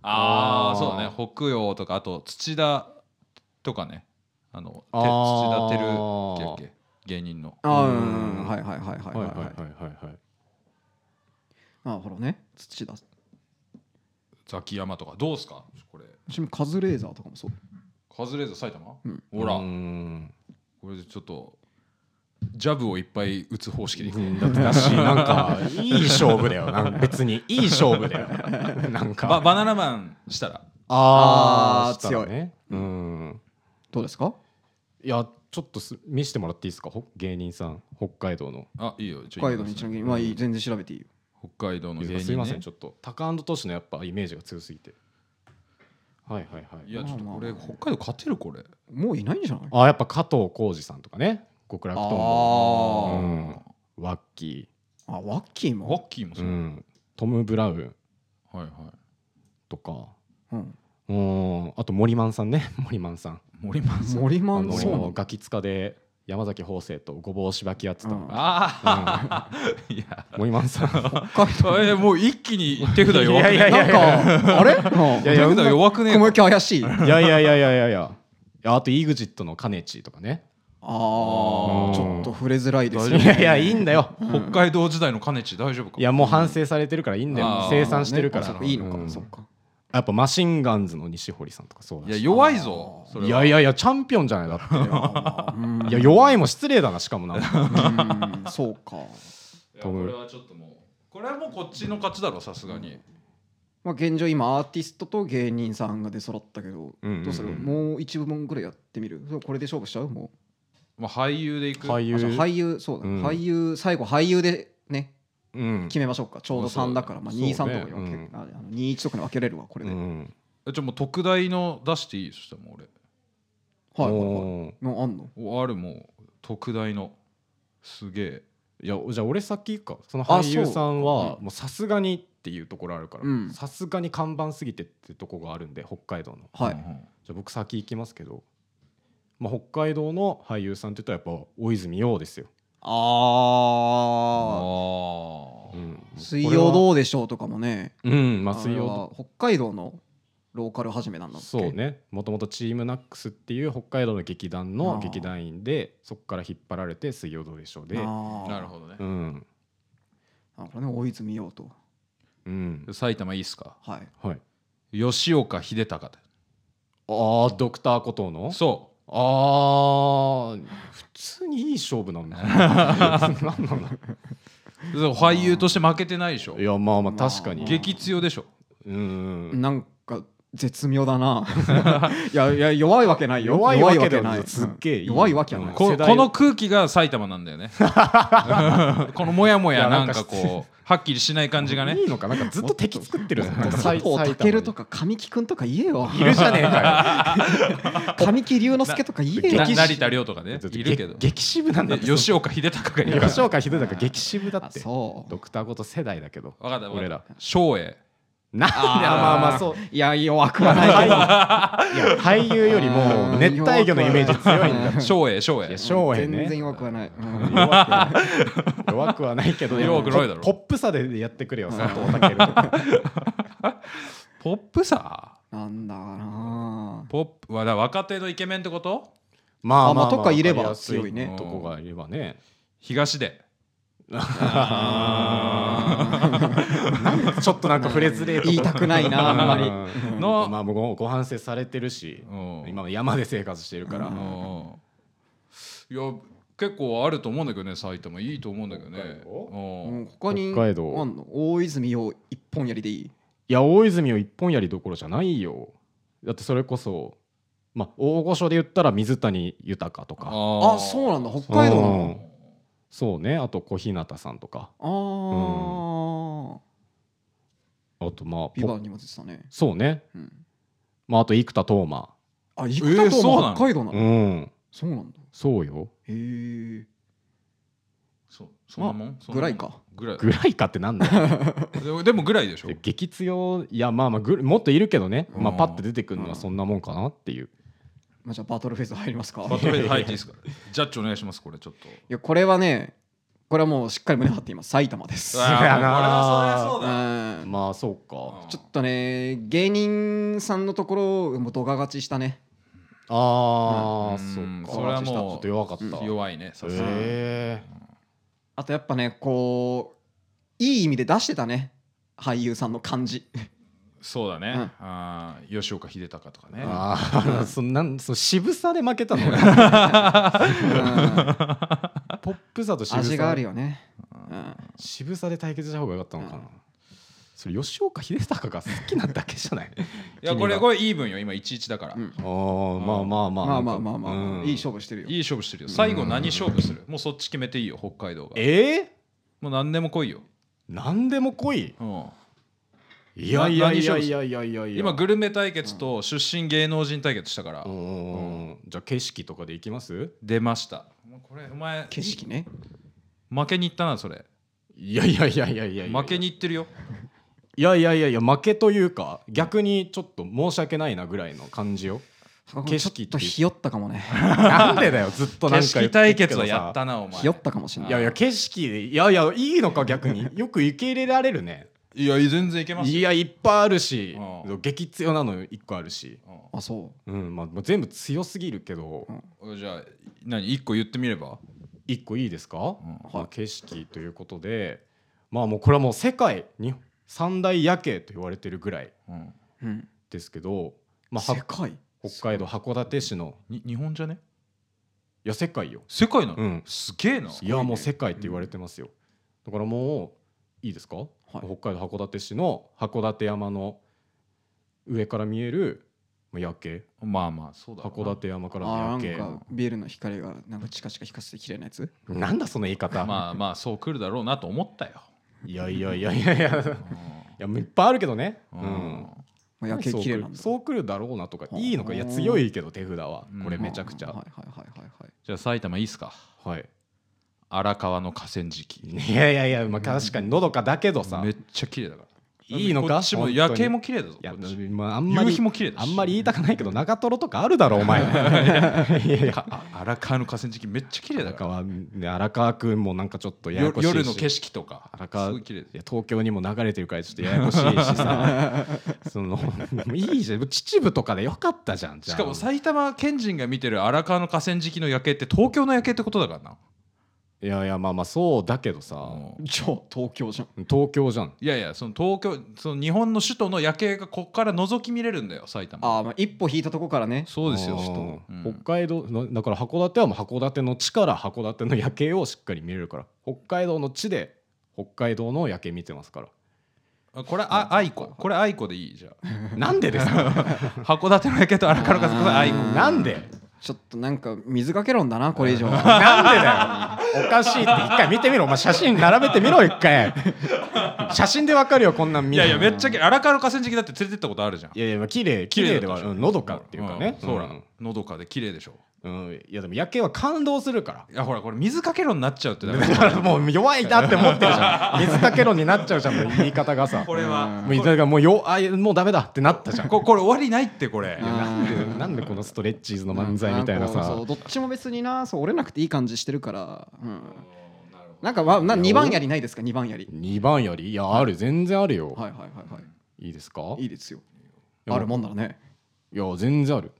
Speaker 1: あ
Speaker 3: あ
Speaker 1: あ
Speaker 3: ー
Speaker 1: そうだね北洋とかあと土田とかねあのて
Speaker 3: あー
Speaker 1: 土田照だっけ芸人の
Speaker 2: ああう
Speaker 3: うん
Speaker 2: んうんはいはいはいはい
Speaker 3: はい
Speaker 2: は
Speaker 3: はい
Speaker 2: い、
Speaker 3: はい
Speaker 2: はい、
Speaker 3: はいはい
Speaker 2: ああほらね土田
Speaker 1: ザキヤマとかどうすかこれ
Speaker 2: ちなみにカズレーザーとかもそう
Speaker 1: カズレーザー埼玉、
Speaker 2: うん
Speaker 1: ほら、
Speaker 3: うん
Speaker 1: これでちょっとジャブをいっぱい打つ方式でいく、
Speaker 3: だってだしなんかいい勝負だよなんか別にいい勝負だよなんか
Speaker 1: ババナナマンしたら
Speaker 2: あー
Speaker 3: したらねうん
Speaker 2: どうですか
Speaker 3: いやちょっとす見してもらっていいですかほ芸人さん北海道の
Speaker 1: あいいよちょ
Speaker 2: 北海道の一の芸人まあいい全然調べていいよ
Speaker 1: 北海道の芸人、ね、
Speaker 3: すいませんちょっとタカアンドトシのやっぱイメージが強すぎてはいはいはい
Speaker 1: いやちょっとこれ北海道勝てるこれ
Speaker 2: もういないんじゃない
Speaker 3: あやっぱ加藤浩次さんとかね極楽とんぼ
Speaker 2: あー
Speaker 3: うんワッキ
Speaker 2: あワッキー
Speaker 1: ワ
Speaker 2: も
Speaker 1: ッキーも
Speaker 3: ー、
Speaker 1: そう、
Speaker 3: うん、トム・ブラウン
Speaker 1: はいはい
Speaker 3: とか
Speaker 2: うん
Speaker 3: うんあと森マンさんね森マンさん
Speaker 1: 森マンさん
Speaker 2: 森
Speaker 3: あ
Speaker 2: マン
Speaker 3: の
Speaker 2: そうなんだ
Speaker 3: ガキ使で山崎邦生とごぼうしばきやってた、
Speaker 2: うん
Speaker 1: ああ、いや
Speaker 3: 森マンさん い
Speaker 2: 北海道
Speaker 1: えーもう一気に手札弱くね
Speaker 3: いやいや
Speaker 2: なんかあれうん
Speaker 3: やいや
Speaker 1: 手札弱くね
Speaker 2: 雲行き怪しいあ
Speaker 3: いやいやいやいやいやいやあと EXIT のカネチとかね
Speaker 2: あ
Speaker 3: うん
Speaker 2: ちょっと触れづらいです
Speaker 3: い
Speaker 2: ね
Speaker 3: やいやいいんだよ
Speaker 1: 北海道時代の金地大丈夫か
Speaker 3: いやもう反省されてるからいいんだ
Speaker 1: あ
Speaker 3: よ
Speaker 1: ー
Speaker 3: 生産してるか
Speaker 2: あ
Speaker 3: ら、
Speaker 2: そういいの
Speaker 3: う
Speaker 2: か
Speaker 3: ん
Speaker 2: そうか
Speaker 3: やっぱマシンガンズの西堀さんとかそうだ
Speaker 1: いや
Speaker 3: し
Speaker 1: 弱いぞそれ
Speaker 3: い
Speaker 1: は
Speaker 3: やいやいやチャンピオンじゃない だっていや弱いも失礼だなしかもな
Speaker 2: うんそうか
Speaker 1: いやこれはちょっともうこれはもうこっちの勝ちだろさすがに
Speaker 2: まあ現状今アーティストと芸人さんが出揃ったけど
Speaker 3: うんうんうん
Speaker 2: どうするもう一部門ぐらいやってみるそうこれで勝負しちゃうも
Speaker 1: まあ俳優でいく
Speaker 3: 俳
Speaker 2: うあじゃあ
Speaker 3: 優
Speaker 2: 俳優そうだね
Speaker 3: うん
Speaker 2: 俳優最後俳優でね
Speaker 3: うん
Speaker 2: 決めましょうかちょうど3だからまあ
Speaker 3: そうね
Speaker 2: 23とかに分け
Speaker 3: うん
Speaker 2: ああの21とかに分けれるわこれ
Speaker 3: う
Speaker 2: ではい
Speaker 3: ん
Speaker 1: えちょもう特大の出していいそしたらもう俺
Speaker 2: はいはい
Speaker 3: おー
Speaker 2: もうあんの
Speaker 1: おあるもう特大のすげえ
Speaker 3: いやじゃあ俺先行くかその
Speaker 2: あ
Speaker 3: 俳優さん
Speaker 2: そう
Speaker 3: は
Speaker 2: う
Speaker 3: もうさすがにっていうところあるか
Speaker 2: うん
Speaker 3: らさすがに看板すぎてってとこがあるんで北海道の
Speaker 2: は
Speaker 1: うんう
Speaker 2: い
Speaker 1: ん
Speaker 3: じゃあ僕先行きますけど、まあ、北海道の俳優さんって言ったらやっぱ大泉洋ですよ、
Speaker 1: あ
Speaker 2: ああ
Speaker 1: ー
Speaker 2: 水曜どうでしょうとかもね
Speaker 3: ううんまあ
Speaker 2: あ
Speaker 3: 水
Speaker 2: れ
Speaker 3: 曜
Speaker 2: は北海道のローカル始めなんだっけ
Speaker 3: そうねもともとチームナックスっていう北海道の劇団
Speaker 2: あ
Speaker 3: の
Speaker 2: ー
Speaker 3: 劇団員でそこから引っ張られて「水曜どうでしょうで」
Speaker 1: な
Speaker 2: な
Speaker 1: るほどね
Speaker 3: うん
Speaker 2: どこれね大泉洋と
Speaker 3: うん
Speaker 1: 埼玉いいっすか
Speaker 2: はい
Speaker 3: はい
Speaker 1: 吉岡秀隆で
Speaker 3: ああドクターコトーの
Speaker 1: そ
Speaker 3: あー普通にいい勝 負なんだなんなの
Speaker 1: うそう俳優として負けてないでしょ
Speaker 3: いやまあまあ確かに
Speaker 2: まあ
Speaker 1: 激強でしょ
Speaker 3: うんうん
Speaker 2: なんか絶妙だ な。いやいや弱いわけないよ。
Speaker 3: 弱いわけではない
Speaker 2: 弱
Speaker 3: すっげえいい
Speaker 2: 弱いわけはない。
Speaker 3: うん
Speaker 1: こ
Speaker 3: 世代
Speaker 1: この空気が埼玉なんだよ ねこのモヤモ
Speaker 3: い
Speaker 1: ヤ
Speaker 3: や
Speaker 1: な
Speaker 3: なんんか
Speaker 1: かこうはっきりしない感じがね
Speaker 3: いいのかなんかずっと敵作って るじゃんなんか
Speaker 2: 佐
Speaker 3: 埼
Speaker 2: 藤健と
Speaker 3: か
Speaker 2: か神木くんとか言えよ。
Speaker 3: いるじゃねえか
Speaker 2: 神木隆之介とか言え
Speaker 3: 激
Speaker 2: よ
Speaker 1: な
Speaker 3: し。
Speaker 1: 成田凌とかね
Speaker 3: よ
Speaker 1: いるけど
Speaker 3: 激渋なんだ
Speaker 1: で
Speaker 3: って
Speaker 1: 吉岡秀隆がいるから
Speaker 3: 吉岡秀隆激渋だ
Speaker 2: あ
Speaker 3: って
Speaker 2: そう。
Speaker 3: ドクターこと世代だけど
Speaker 1: 分かった
Speaker 3: 俺ら
Speaker 1: 翔英
Speaker 3: なんで
Speaker 1: あー
Speaker 3: まあまあそう
Speaker 2: いや弱くは ないけど。
Speaker 3: 俳優いや俳優よりも熱帯魚のイメージ強いんだ
Speaker 2: うん
Speaker 1: 翔英翔
Speaker 3: い
Speaker 1: 英
Speaker 3: や昭和ね
Speaker 2: 全然弱くはない。うん
Speaker 3: 弱くはない弱くはないけど
Speaker 1: 弱くないだろ
Speaker 3: ポップさでやってくれよ佐藤健とか
Speaker 1: ポップさ
Speaker 2: なんだかな。
Speaker 1: ポップわだから若手のイケメンってこと
Speaker 3: ま
Speaker 2: あまあとかいれば強いね
Speaker 3: わかりやすとこがいればね
Speaker 1: 東出
Speaker 3: ちょっとなんか触れづれえとこ
Speaker 2: 言いたくないなあんまり。
Speaker 3: うん
Speaker 1: の
Speaker 3: まあ僕もご反省されてるし
Speaker 1: うん
Speaker 3: 今は山で生活してるから
Speaker 1: うんいや結構あると思うんだけどね埼玉いいと思うんだけどねう
Speaker 2: うんん他に
Speaker 3: 北海道
Speaker 2: あんの大泉洋一本やりでいい。
Speaker 3: いや大泉を一本やりどころじゃないよだってそれこそまあ大御所で言ったら水谷豊とか
Speaker 1: あ
Speaker 2: あそう
Speaker 1: う
Speaker 2: なんだ北海道な
Speaker 3: う
Speaker 2: の。
Speaker 3: んそうねあと小日向さんとか
Speaker 2: ああ。
Speaker 3: あとまあ
Speaker 2: ビ
Speaker 3: ポ
Speaker 2: バンにも出てたね。
Speaker 3: そうね
Speaker 2: うん
Speaker 3: まああと生田斗真
Speaker 2: あ、生田と
Speaker 1: そうなの
Speaker 2: も北海道なの、
Speaker 3: うん
Speaker 2: そうなんだ。
Speaker 3: そうよ
Speaker 2: へえ。
Speaker 1: そうそんなもんそんなもん
Speaker 2: ぐらいか
Speaker 1: ぐらい
Speaker 3: ぐらいかってなんだよ
Speaker 1: でもでもぐらいでしょ
Speaker 3: 激強いやまあまあぐもっといるけどね、まあ
Speaker 1: うん
Speaker 3: パッて出てくるのはそんなもんかなっていう
Speaker 2: まあ、じゃあバトルフェーズ入りますか
Speaker 1: バトルフェーズ入っていいですか ジャッジお願いしますこれちょっと
Speaker 2: いやこれはねこれはもうしっかり胸張っています埼玉です
Speaker 1: あー
Speaker 3: やな
Speaker 1: これはそりゃそうだ
Speaker 2: うん
Speaker 3: まあそうか
Speaker 2: ちょっとね芸人さんのところもうドガ勝ちしたね
Speaker 1: う
Speaker 3: ああ
Speaker 1: ん
Speaker 3: そううんか
Speaker 1: それはもう
Speaker 3: ちょっと弱かった
Speaker 2: うん
Speaker 1: 弱いねさすがに
Speaker 3: へ
Speaker 2: あとやっぱねこういい意味で出してたね俳優さんの感じ
Speaker 1: そうだね、
Speaker 2: うん
Speaker 1: あー吉岡秀隆とかね
Speaker 3: えああそんなんその渋さで負けたの
Speaker 2: うん
Speaker 3: ポップさと渋さ
Speaker 2: 味があるよねうん
Speaker 3: 渋さで対決した方が良かったのか
Speaker 2: う
Speaker 3: なんそれ吉岡秀隆が好きなだけじゃない
Speaker 1: いやこれこれイーブンよ今11だから、
Speaker 2: うん
Speaker 3: あーまあまあまあ
Speaker 2: まあまあ
Speaker 3: なんか
Speaker 2: まあまあまあ
Speaker 3: うん
Speaker 2: いい勝負してるよ
Speaker 1: いい勝負してるよ最後何勝負するもうそっち決めていいよ北海道が
Speaker 3: ええ
Speaker 1: もう何でも来いよ、
Speaker 3: 何でも来い
Speaker 1: うん、
Speaker 3: いやいやいやいやいやいやいや
Speaker 1: 今グルメ対決と出身芸能人対決したから、
Speaker 3: うんうんうんじゃあ景色とかで行きます
Speaker 1: 出ましたもうこれお前
Speaker 2: 景色ね
Speaker 1: 負けに行ったなそれ
Speaker 3: いやいやいやいやいやいや
Speaker 1: 負けに行ってるよ
Speaker 3: いやいやいやいや負けというか逆にちょっと申し訳ないなぐらいの感 じよ景
Speaker 2: 景色
Speaker 3: 色って
Speaker 2: ち
Speaker 3: い
Speaker 2: ょっとひよ
Speaker 3: う
Speaker 2: ったかもね
Speaker 3: なんでだよずっとなん
Speaker 1: 景色
Speaker 3: か言ってる
Speaker 1: 対
Speaker 3: け
Speaker 1: 決
Speaker 3: どさ
Speaker 1: はやったなお前
Speaker 2: ひよったかもしれない
Speaker 3: いやいや景色でいやいやいいのか逆によく受け入れられるね
Speaker 1: いや全然いけますよ
Speaker 3: いやいっぱいあるし
Speaker 1: う
Speaker 3: 激強なの一個あるし、
Speaker 2: あそう
Speaker 3: うんまあ、もう全部強すぎるけど
Speaker 1: うんじゃあ何一個言ってみれば
Speaker 3: 一個いいですか、
Speaker 1: ん
Speaker 3: まあ、景色ということでまあもうこれはもう世界に三大夜景と言われてるぐらい
Speaker 1: うん
Speaker 2: うん
Speaker 3: ですけど、まあ、は
Speaker 2: 世界
Speaker 3: 北海道函館市の
Speaker 1: に日本じゃね
Speaker 3: いや世界よ
Speaker 1: 世界なの、
Speaker 3: うん
Speaker 1: すげえない
Speaker 3: やもう世界って言われてますよ、だからもういいですか、北海道函館市の函館山の上から見えるまあ夜景
Speaker 1: まあまあそうだろうな
Speaker 3: 函館山から
Speaker 2: あ
Speaker 3: の
Speaker 2: ー
Speaker 3: 夜景
Speaker 2: なんかビールの光がなんかチカチカ光って綺麗なやつ
Speaker 3: なんだその言い方、
Speaker 1: まあまあそう来るだろうなと思ったよ、
Speaker 3: いやいやいやいやいやいやもういっぱいあるけどねう
Speaker 1: うん
Speaker 3: ん
Speaker 2: まあ夜景
Speaker 3: そう
Speaker 2: 綺麗
Speaker 3: 来
Speaker 2: なん
Speaker 3: る
Speaker 2: だ
Speaker 3: そう来るだろうなとか
Speaker 2: うん
Speaker 3: いいのかいや強いけど手札は
Speaker 1: うん
Speaker 3: これめちゃくち
Speaker 2: は
Speaker 3: ゃ
Speaker 2: いはいはいはいはい
Speaker 1: じゃあ埼玉いいっすか
Speaker 3: はい
Speaker 1: 荒川の河川敷
Speaker 3: いやいやいやまあ確かにのどかだけどさ
Speaker 1: めっちゃ綺麗だから
Speaker 3: いいのか
Speaker 1: こっちも
Speaker 3: 本当に
Speaker 1: 夜景も綺麗だぞ
Speaker 3: いや
Speaker 1: こっち
Speaker 3: まああんま
Speaker 1: 夕
Speaker 3: り
Speaker 1: 日も綺麗だし
Speaker 3: あんまり言いたくないけど長瀞とかあるだろお 前いやいや
Speaker 1: かあ荒川の河川敷めっちゃ綺麗だ
Speaker 3: 荒
Speaker 1: から
Speaker 3: 川ね荒川君もなんかちょっとやや
Speaker 1: よ
Speaker 3: こしいし
Speaker 1: 夜の景色とか
Speaker 3: 荒川
Speaker 1: すごい綺麗
Speaker 3: いや東京にも流れてるからちょっとややこしいし さそのいいじゃん秩父とかでよかったじゃんじ
Speaker 1: し
Speaker 3: ゃあ
Speaker 1: かも埼玉県人が見てる荒川の河川敷の夜景って東京の夜景ってことだからない
Speaker 3: やいやまあまあそうだけどさ
Speaker 1: うん
Speaker 2: じゃあ東京じゃん
Speaker 3: 東京じゃん
Speaker 1: いやいやその東京その日本の首都の夜景がここから覗き見れるんだよ埼玉
Speaker 2: あーまあ一歩引いたとこからね
Speaker 1: そうですよ
Speaker 3: あー
Speaker 1: 首都う
Speaker 3: 北
Speaker 1: ん
Speaker 3: 海道のだから函館はもう函館の地から函館の夜景をしっかり見れるから北海道の地で北海道の夜景見てま すから
Speaker 1: あこれあ愛子これ愛子でいいじゃあ
Speaker 3: なんでですか
Speaker 1: 函館の夜景と荒川の河川敷これ愛子
Speaker 2: うん
Speaker 3: なんで
Speaker 2: ちょっとなんか水かけ論だなこれ以上
Speaker 3: なんでだよおかしいって一回見てみろお前写真並べてみろ一回写真でわかるよこんなん
Speaker 1: い
Speaker 3: 見
Speaker 1: やいやめっちゃ綺麗荒川の河川敷だって連れてったことあるじゃん
Speaker 3: いやいやまあ綺麗綺麗ではあるうんのどかっていうかね
Speaker 1: んそうだ
Speaker 3: ん
Speaker 1: のどかで綺麗でしょ
Speaker 3: うんいやでも夜景は感動するから
Speaker 1: いやほらこれ水かけろになっちゃうってだか
Speaker 3: だからもう弱いなって思ってるじゃん水かけ論になっちゃうじゃんもう言い 方がさ
Speaker 1: これは
Speaker 3: もうだからもうよあもうダメだってなったじゃん
Speaker 1: ここれ終わりないってこれ
Speaker 2: うん
Speaker 3: なんでなんでこのストレッチーズの漫才みたいな
Speaker 2: なんか
Speaker 3: さ
Speaker 2: こうそうどっちも別になそう折れなくていい感じしてるから、うん、なんかわな2番やりないですか2番やり
Speaker 3: 2番よりいやある全然あるよ、
Speaker 2: はいはいはいはい
Speaker 3: い、いですか
Speaker 2: いいですよ
Speaker 3: や
Speaker 2: あるもんならね
Speaker 3: いや全然ある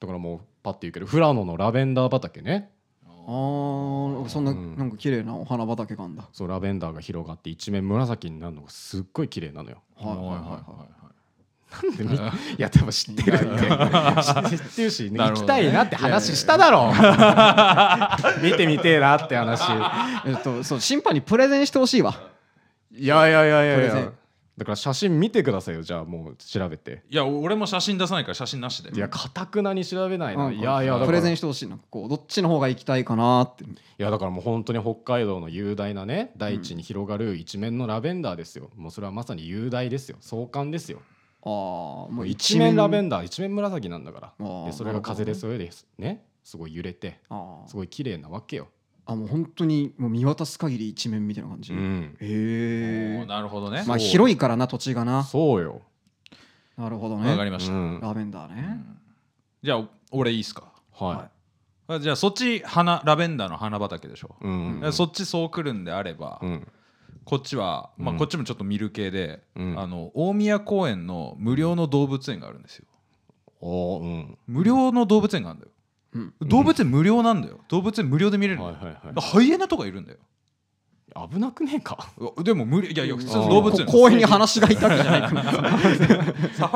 Speaker 3: だからもうパッて言うけど富良野のラベンダー畑ね
Speaker 2: あーそんな、
Speaker 3: うん
Speaker 2: なんか綺麗なお花畑があんだ
Speaker 3: そうラベンダーが広がって一面紫になるのがすっごい綺麗なのよ
Speaker 2: はいはいはいはい
Speaker 3: なんでみ いや多分知ってるって知知ってるし、
Speaker 1: なるほどね
Speaker 3: 行きたいなって話しただろ 見てみてえなって話
Speaker 2: いえっとそう審判にプレゼンしてほしいわ
Speaker 3: いやいやいやいやい
Speaker 2: プレゼ
Speaker 3: や
Speaker 2: ン
Speaker 3: だから写真見てくださいよじゃあもう調べて
Speaker 1: いや俺も写真出さないから写真なしで
Speaker 3: いやかたくなに調べないな、
Speaker 2: うん
Speaker 3: いやいやだから
Speaker 2: プレゼンしてほしいなんかこうどっちの方が行きたいかなって
Speaker 3: いやだからもう本当に北海道の雄大なね大地に広がる一面のラベンダーですよ、もうそれはまさに雄大ですよ壮観ですよ
Speaker 2: ああも
Speaker 3: も
Speaker 2: う
Speaker 3: う一面ラベンダー一面紫なんだか
Speaker 2: あ
Speaker 3: ら
Speaker 2: ー
Speaker 3: でそれが風でそれですねすごい揺れて
Speaker 2: あー
Speaker 3: すごい綺麗なわけよ、
Speaker 2: あもう本当にもう見渡す限り一面みたいな感じ、へ
Speaker 3: ん、
Speaker 1: お
Speaker 2: え
Speaker 1: ーなるほどね
Speaker 2: まあ
Speaker 1: そう
Speaker 2: 広いからな土地がな
Speaker 3: そうよ、
Speaker 2: なるほど
Speaker 1: わかり
Speaker 2: ね
Speaker 1: まし
Speaker 3: う
Speaker 1: た
Speaker 3: ん
Speaker 2: ラベンダーね、
Speaker 1: じゃあ俺いいっすか
Speaker 3: は
Speaker 1: あじゃあそっち花ラベンダーの花畑でしょ
Speaker 3: い、、うん
Speaker 1: うそっちそう来るんであれば、
Speaker 3: うん
Speaker 1: こっちは、まあ、
Speaker 3: うん
Speaker 1: こっちもちょっと見る系で、
Speaker 3: うん
Speaker 1: あの大宮公園の無料の動物園があるんですよ
Speaker 3: おーうん
Speaker 1: 無料の動物園があるんだよ
Speaker 2: うん
Speaker 1: 動物園無料なんだよ動物園無料で見れるの
Speaker 3: はい
Speaker 1: よ、
Speaker 3: はい
Speaker 1: だ
Speaker 3: は
Speaker 1: ハイエナとかいるんだよ
Speaker 3: い危なくねえか
Speaker 1: うわでも無理いやいや
Speaker 2: うん
Speaker 1: 普通の動物園
Speaker 2: こ公園に話がいたわけじゃない から
Speaker 1: サフ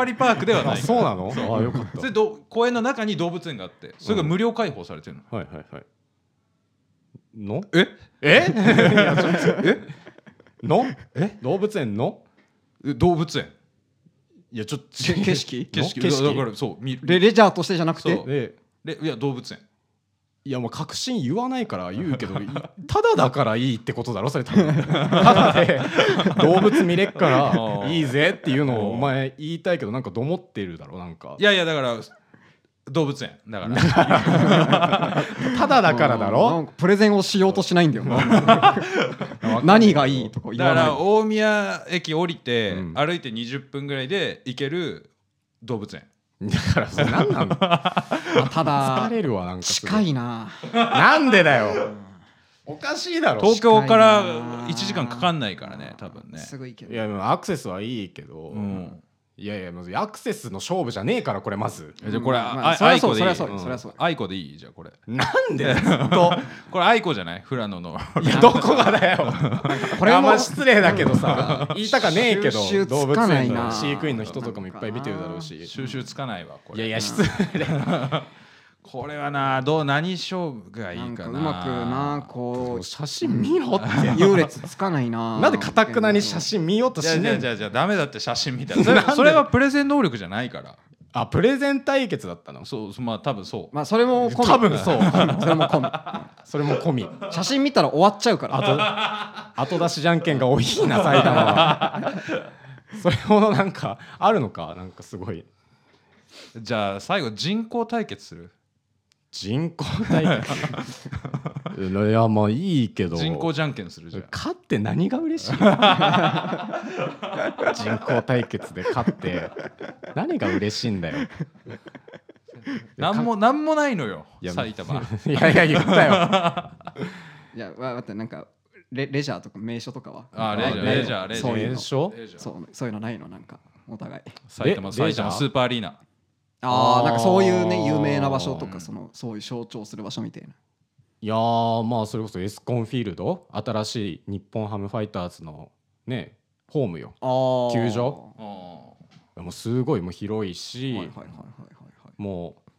Speaker 1: ァリパークではない
Speaker 3: あ
Speaker 1: から
Speaker 3: そうなのあよかっ
Speaker 1: それど公園の中に動物園があってそれが無料開放されてるの、
Speaker 3: たはいはいはいの
Speaker 1: ええ
Speaker 3: のえ動物園の
Speaker 1: 動物園
Speaker 3: いやちょっと
Speaker 2: け景色
Speaker 1: 景色
Speaker 3: 景
Speaker 1: だ
Speaker 3: 色
Speaker 1: からそう見
Speaker 2: レ
Speaker 1: る
Speaker 2: レジャーとしてじゃなくて
Speaker 1: そ
Speaker 3: で
Speaker 1: でいや動物園
Speaker 3: いやもう確信言わないから言うけどいただだからいいってことだろそれ 多分ただで動物見れっか
Speaker 1: あー
Speaker 3: らいいぜっていうのを
Speaker 1: あー
Speaker 3: お前言いたいけどなんかどもってるだろなんか
Speaker 1: いやいやだから動物園だ から
Speaker 3: ただだからだ
Speaker 2: う
Speaker 3: ろ
Speaker 2: んなんプレゼンをしようとしないんだよ何がいいとか言
Speaker 1: だか
Speaker 2: わない
Speaker 1: ら大宮駅降りて、
Speaker 3: うん
Speaker 1: 歩いて20分ぐらいで行ける動物園
Speaker 3: だからそれ何なの
Speaker 2: あた
Speaker 3: 疲
Speaker 2: だ
Speaker 3: れるわなんかすご
Speaker 2: 近いな
Speaker 3: なんでだよおかしいだろ
Speaker 1: 東京か
Speaker 2: 近い
Speaker 1: ら
Speaker 2: な
Speaker 1: 1時間かかんないからね多分ね
Speaker 2: すごいけ
Speaker 3: い
Speaker 2: ど
Speaker 3: やでもアクセスはいいけど、
Speaker 1: うん
Speaker 3: いやいやまずアクセスの勝負じゃねえからこれまず
Speaker 1: えじゃあこれ、
Speaker 2: うんまあ
Speaker 1: あ
Speaker 2: そりゃそ
Speaker 1: アイコ
Speaker 2: う
Speaker 1: でいい
Speaker 2: そりゃそうそりゃそう
Speaker 1: アイコでいいじゃあこれ
Speaker 3: な んでずっと
Speaker 1: これアイコじゃない富良野の
Speaker 3: いやどこがだよ
Speaker 2: これ
Speaker 3: あん
Speaker 2: も
Speaker 3: ま失礼だけどさ言いたかねえけど
Speaker 2: 収集
Speaker 3: 動
Speaker 2: つ
Speaker 3: 物
Speaker 2: かない
Speaker 3: 園
Speaker 2: な
Speaker 3: の飼育員の人とかもいっぱい見てるだろうし
Speaker 1: 収集つかないわこ
Speaker 3: い
Speaker 1: れ
Speaker 3: やいや失礼
Speaker 1: これはなどう何勝負がいい
Speaker 2: なん
Speaker 1: か
Speaker 2: か
Speaker 1: な
Speaker 2: うまくなこ
Speaker 3: 写真見ろって
Speaker 2: う優劣つかないな
Speaker 3: なんでかたくなに写真見ようと
Speaker 1: じゃあ
Speaker 3: し
Speaker 1: じ
Speaker 3: ね
Speaker 1: ゃ
Speaker 3: え
Speaker 1: あ
Speaker 3: ん
Speaker 1: じ
Speaker 3: だ
Speaker 1: ゃ
Speaker 3: よ
Speaker 1: あじゃあダメだって写真み たいなそれ
Speaker 3: なんで
Speaker 1: それはプレゼン能力じゃないから
Speaker 3: あプレゼン対決だったの
Speaker 1: そうそうまあ多分そう
Speaker 2: まあそれも込み
Speaker 3: 多分そう
Speaker 2: それも込み
Speaker 3: それも込み
Speaker 2: 写真見たら終わっちゃうから
Speaker 3: あと後出しじゃんけんが多いな埼玉は それほどなんかあるのかなんかすごい
Speaker 1: じゃあ最後人工対決する
Speaker 3: 人工対決いやまあいいけど
Speaker 1: 人工じゃんけんするじゃあ
Speaker 3: 勝って何が 嬉しい人工対決で勝って何が嬉しいんだよ
Speaker 1: なんもなんもないのよ
Speaker 3: いや
Speaker 1: 埼 玉
Speaker 3: いやいや言ったよ
Speaker 2: いやわ待ってなんかレレジャーとか名所とかは
Speaker 1: あレジャー
Speaker 2: ない
Speaker 1: レジャーレジャー
Speaker 2: そういうの
Speaker 3: 所
Speaker 2: そうそういうのないのなんかお互い
Speaker 1: 埼玉
Speaker 3: レ
Speaker 1: 埼玉
Speaker 3: レジャー
Speaker 1: スーパーアリーナ
Speaker 2: あ
Speaker 3: あ
Speaker 2: あ
Speaker 3: ー
Speaker 2: なんかそういうね有名な場所と
Speaker 1: うん
Speaker 2: かそのそういう象徴する場所みたいない
Speaker 3: やーまあそれこそエスコンフィールド新しい日本ハムファイターズのねホームよー球場
Speaker 1: あ
Speaker 3: もうすごいもう広いし、
Speaker 2: はいはいはいはいはいはい
Speaker 3: もう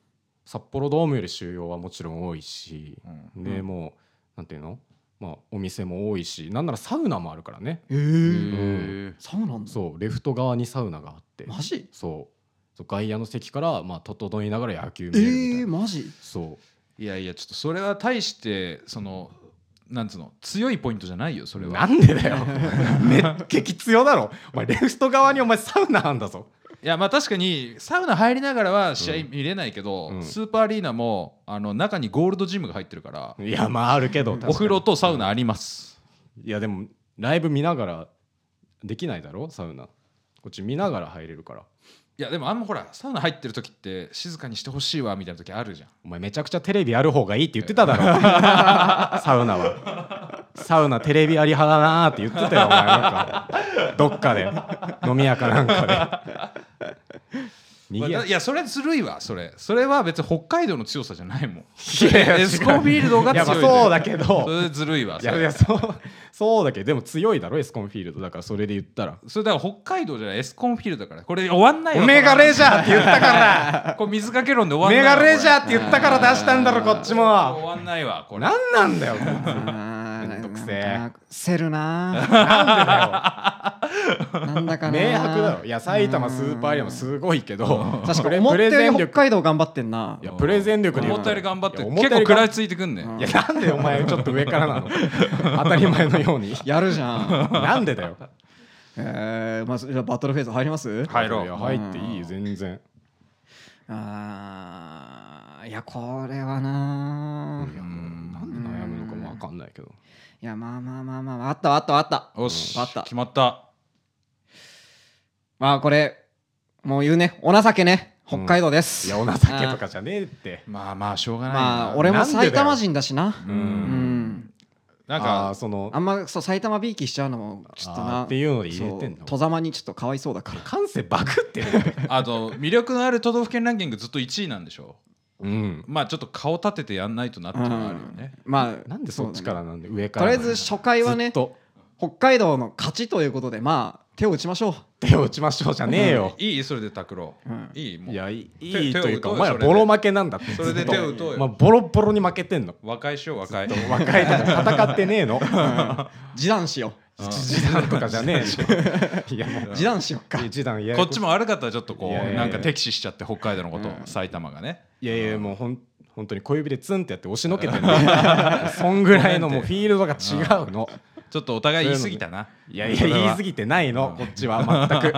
Speaker 3: 札幌ドームより収容はもちろん多いし、
Speaker 1: ーうん
Speaker 3: で
Speaker 2: うん
Speaker 3: もうなんていうの、まあ、お店も多いしなんならサウナもあるからね
Speaker 2: え
Speaker 1: へ
Speaker 2: ー
Speaker 1: ー
Speaker 2: そうなんだ
Speaker 3: そうレフト側にサウナがあって
Speaker 2: マジ
Speaker 3: そうそう外野の席から、まあ、整いながら野球見
Speaker 2: え
Speaker 3: れるみたい
Speaker 2: ー
Speaker 3: な、
Speaker 2: マ ジ
Speaker 3: そう
Speaker 1: いやいやちょっとそれは大してそのなんつうの強いポイントじゃないよそれ
Speaker 3: な
Speaker 1: は
Speaker 3: んでだよ めっ激強だろ お前レフト側にお前サウナあんだぞ
Speaker 1: いやまあ確かにサウナ入りながらは試合見れないけど、
Speaker 3: うん
Speaker 1: スーパーアリーナもあの中にゴールドジムが入ってるから、
Speaker 3: いやまああるけど
Speaker 1: お風呂とサウナあります、
Speaker 3: いやでもライブ見ながらできないだろサウナこっち見ながら入れるから
Speaker 1: いやでもあんまほらサウナ入ってる時って静かにしてほしいわみたいな時あるじゃん
Speaker 3: お前めちゃくちゃテレビある方がいいって言ってただ ろサウナはサウナテレビあり派だなーって言ってたよお前なんかどっかで飲み屋かなんかで
Speaker 1: まあ
Speaker 3: 賑や
Speaker 1: だいやそれずるいわそれそれは別に北海道の強さじゃないもん
Speaker 3: いやいや
Speaker 1: エスコンフィールドが
Speaker 3: いや
Speaker 1: 強
Speaker 3: まあ
Speaker 1: いん
Speaker 3: そう
Speaker 1: だよ
Speaker 3: だけ
Speaker 1: そ
Speaker 3: ど
Speaker 1: れずるいわ
Speaker 3: い
Speaker 1: そ
Speaker 3: やい
Speaker 1: れ
Speaker 3: やそうそうだけどでも強いだろエスコンフィールドだからそれで言ったら
Speaker 1: それだから北海道じゃないエスコンフィールドだからこれ終わんない
Speaker 3: お
Speaker 1: よ
Speaker 3: めえがレジャーって言ったから
Speaker 1: これ水かけ論で
Speaker 3: お
Speaker 1: 終
Speaker 3: め
Speaker 1: わ
Speaker 3: え
Speaker 1: んない
Speaker 3: が
Speaker 1: わ
Speaker 3: レジャーっ
Speaker 1: こ
Speaker 3: て言ったから出したんだろこっちも
Speaker 1: れ終わんないわこれ
Speaker 3: 何なんだよ
Speaker 2: あー
Speaker 3: めんどくせえ
Speaker 2: なんかせるなー
Speaker 3: なん
Speaker 2: なんだかな
Speaker 3: でだよ
Speaker 2: ー
Speaker 3: 明白だろいや埼玉スーパーアリアもすごいけど
Speaker 2: 確か
Speaker 3: プ
Speaker 2: に
Speaker 3: レ
Speaker 2: 思ったよ
Speaker 3: プ
Speaker 2: り
Speaker 3: レゼン
Speaker 2: 北
Speaker 3: 力
Speaker 2: 海道頑張ってんな
Speaker 3: いうやプレゼン力で言
Speaker 1: 思
Speaker 3: う
Speaker 1: っ
Speaker 3: と
Speaker 1: たより頑張って
Speaker 3: い
Speaker 1: る
Speaker 3: や思
Speaker 1: 結
Speaker 3: た
Speaker 1: 構
Speaker 3: より
Speaker 1: 食
Speaker 3: 頑
Speaker 1: ら
Speaker 3: 張
Speaker 1: いついてくんね
Speaker 2: うん
Speaker 3: いやなんでお前ちょっと上からなの当たり前のように
Speaker 2: やるじゃん
Speaker 3: なんでだよ
Speaker 2: えーまあ、じゃあバトルフェーズ入ります
Speaker 1: 入ろう
Speaker 3: いや入っていいよ全然
Speaker 2: あーいやこれはなー、
Speaker 3: いや
Speaker 2: い
Speaker 3: なんで悩むのかもわかんないけど
Speaker 2: やまあまあまあまあまああったわあったわあった
Speaker 1: よし
Speaker 2: わかった
Speaker 1: 決まった
Speaker 2: まあこれもう言うねお情けね北海道です、
Speaker 3: いやお情けとかじゃねえって
Speaker 1: まあまあしょうがないな、
Speaker 2: まあ俺も
Speaker 3: なんでだよ
Speaker 2: 埼玉人だしな
Speaker 1: う
Speaker 2: うんん
Speaker 1: なん
Speaker 3: あー
Speaker 1: か
Speaker 3: そ の
Speaker 2: あんまそう埼玉びいきしちゃうのもちょっと
Speaker 3: あー
Speaker 2: な
Speaker 3: っていうので入れてん
Speaker 2: そう
Speaker 3: の
Speaker 2: 戸ざまにちょっとかわいそうだから
Speaker 3: 感性バクってる
Speaker 1: あと魅力のある都道府県ランキングずっと1位なんでしょ
Speaker 3: うん
Speaker 1: まあちょっと顔立ててやんないとなっていうのがあるよね、
Speaker 2: まあ
Speaker 3: なんでそっちからなんで上か
Speaker 2: と
Speaker 3: ら
Speaker 2: りあ
Speaker 3: な
Speaker 2: え
Speaker 3: んだ
Speaker 2: ず初回はね
Speaker 3: ずっと
Speaker 2: 北海道の勝ちということでまあ手を打ちましょ
Speaker 3: 手を打ちましょうじゃねえよ
Speaker 1: いいそれで拓郎、
Speaker 2: う、うん
Speaker 1: いいもう
Speaker 3: いやいい
Speaker 1: 手を
Speaker 3: いいというか
Speaker 1: 手を打とうよ
Speaker 3: お前
Speaker 1: そ
Speaker 3: ら
Speaker 1: れで
Speaker 3: ボロ負けなんだって
Speaker 1: それで
Speaker 3: ずっと
Speaker 1: 手を打とうよ、
Speaker 3: まあボロボロに負けてんの
Speaker 1: 和解しよう和解
Speaker 3: 若いとか戦ってねえの
Speaker 2: 示談しよ
Speaker 1: うん
Speaker 3: 時短とかじゃねえのいやも
Speaker 2: う示談しようか
Speaker 3: う時短いや
Speaker 1: こっちも悪かったらちょっとこ
Speaker 3: いうやいやいや
Speaker 1: なんか敵視しちゃって北海道のこと、
Speaker 2: うん
Speaker 1: 埼玉がね
Speaker 3: いやいやもうほん本当に小指でツンってやって押しのけてるのそんぐらいのもうフィールドが違うの
Speaker 1: ちょっとお互い言い過ぎたない
Speaker 3: やいや言い過ぎてないのこっちは全く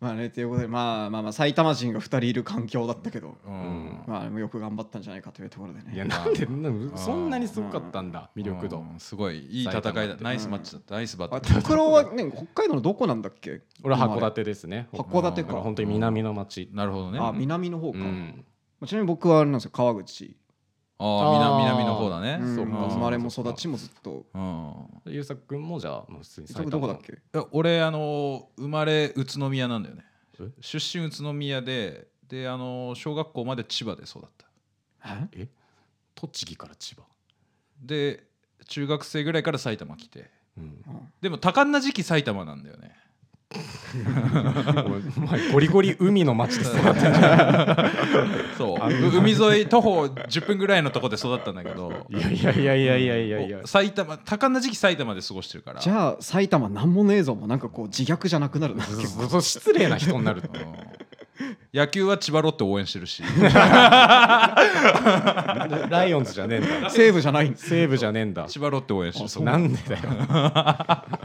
Speaker 2: まあねということでまあまあまあ埼玉人が2人いる環境だったけど
Speaker 1: うん
Speaker 2: まあよく頑張ったんじゃないかというところで
Speaker 3: いや
Speaker 2: ね
Speaker 3: なんでなんでそんなにすごかったんだ魅力度
Speaker 1: うんすごいいい戦いだ
Speaker 3: 埼玉
Speaker 1: ナイスマッチだったナイスバ
Speaker 2: あ
Speaker 1: ッタ
Speaker 2: 拓郎は ね北海道のどこなんだっけ
Speaker 3: 俺は
Speaker 2: 生
Speaker 3: 函
Speaker 2: まれ
Speaker 3: 館ですね
Speaker 2: 函館
Speaker 3: だから
Speaker 2: か
Speaker 3: 本当に南の町
Speaker 1: なるほどね
Speaker 2: あ南の方
Speaker 3: う
Speaker 2: か、
Speaker 3: ん
Speaker 2: ちなみに僕はあれなんですよ川口、
Speaker 1: あー南
Speaker 3: あー
Speaker 1: 南の方だね、
Speaker 2: うん
Speaker 3: そうか
Speaker 2: 生まれも
Speaker 3: そうか
Speaker 2: 育ちもずっと
Speaker 1: うん
Speaker 3: 優作君もじゃあもう普通に
Speaker 2: 伊藤君どこだっけ
Speaker 1: いや俺あの生まれ宇都宮なんだよね
Speaker 3: え
Speaker 1: 出身宇都宮でであの小学校まで千葉で育った
Speaker 3: 栃木から千葉
Speaker 1: で中学生ぐらいから埼玉来て
Speaker 3: うん、
Speaker 1: でも多感な時期埼玉なんだよね
Speaker 3: お前ゴリゴリ海の町です
Speaker 1: そうう海沿い徒歩10分ぐらいのとこで育ったんだけど
Speaker 3: いやいやいやいやいやいやいや
Speaker 1: お埼玉多感な時期埼玉で過ごしてるから
Speaker 2: じゃあ埼玉なんもねえぞもなんかこう自虐じゃなくなるな
Speaker 3: そそそ失 礼な人になる
Speaker 1: うん野球は千葉ロッテ応援してる し
Speaker 3: ライオンズじゃねえんだ
Speaker 2: 西武じゃないんです
Speaker 3: 西武じゃねえんだ
Speaker 1: 千葉ロッテ応援してるそう
Speaker 3: なんでだよ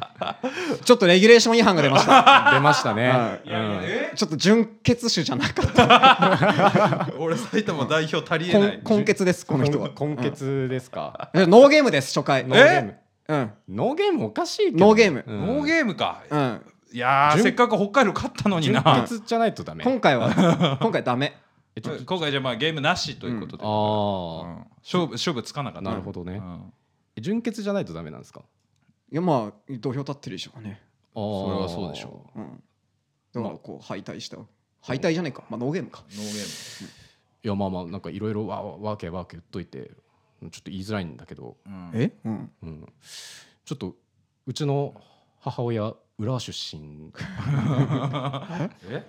Speaker 2: ちょっとレギュレーション違反が出ました
Speaker 3: 出ました
Speaker 2: は
Speaker 3: ね、
Speaker 1: いやいやえ
Speaker 2: ちょっと純血種じゃなかった
Speaker 1: 俺埼玉代表足りえない
Speaker 2: 根根血ですこの人は
Speaker 3: こん根血ですか、
Speaker 2: うんノーゲームです初回
Speaker 3: ノーゲーム
Speaker 2: うん
Speaker 3: ノーゲームおかしいけど
Speaker 2: ノーゲーム
Speaker 3: うん
Speaker 1: ノーゲームか
Speaker 2: うん
Speaker 1: いやー
Speaker 3: 準
Speaker 1: せっかく北海道勝ったのにな
Speaker 3: 純血じゃないとダメ
Speaker 2: 今回は今回ダメ
Speaker 3: えちょっと
Speaker 1: 今回じゃあまあゲームなしということで、う
Speaker 3: ああ
Speaker 1: ん勝負勝負つかなかった
Speaker 3: なるほど
Speaker 1: う
Speaker 3: ね
Speaker 1: ん
Speaker 3: え純血じゃないとダメなんですか
Speaker 2: いやまあ土俵立ってるでしょうね
Speaker 3: そ
Speaker 1: それはそうでしょ
Speaker 2: うんだからこう敗退した敗退じゃないかまあノーゲームか
Speaker 1: ノーゲー
Speaker 3: ういやまあまあなんかいろいろわわわけわけ言っといてちょっと言いづらいんだけど、
Speaker 1: ム、うん
Speaker 2: えうん
Speaker 3: うん、ちょっとうちの母親浦和出身
Speaker 1: え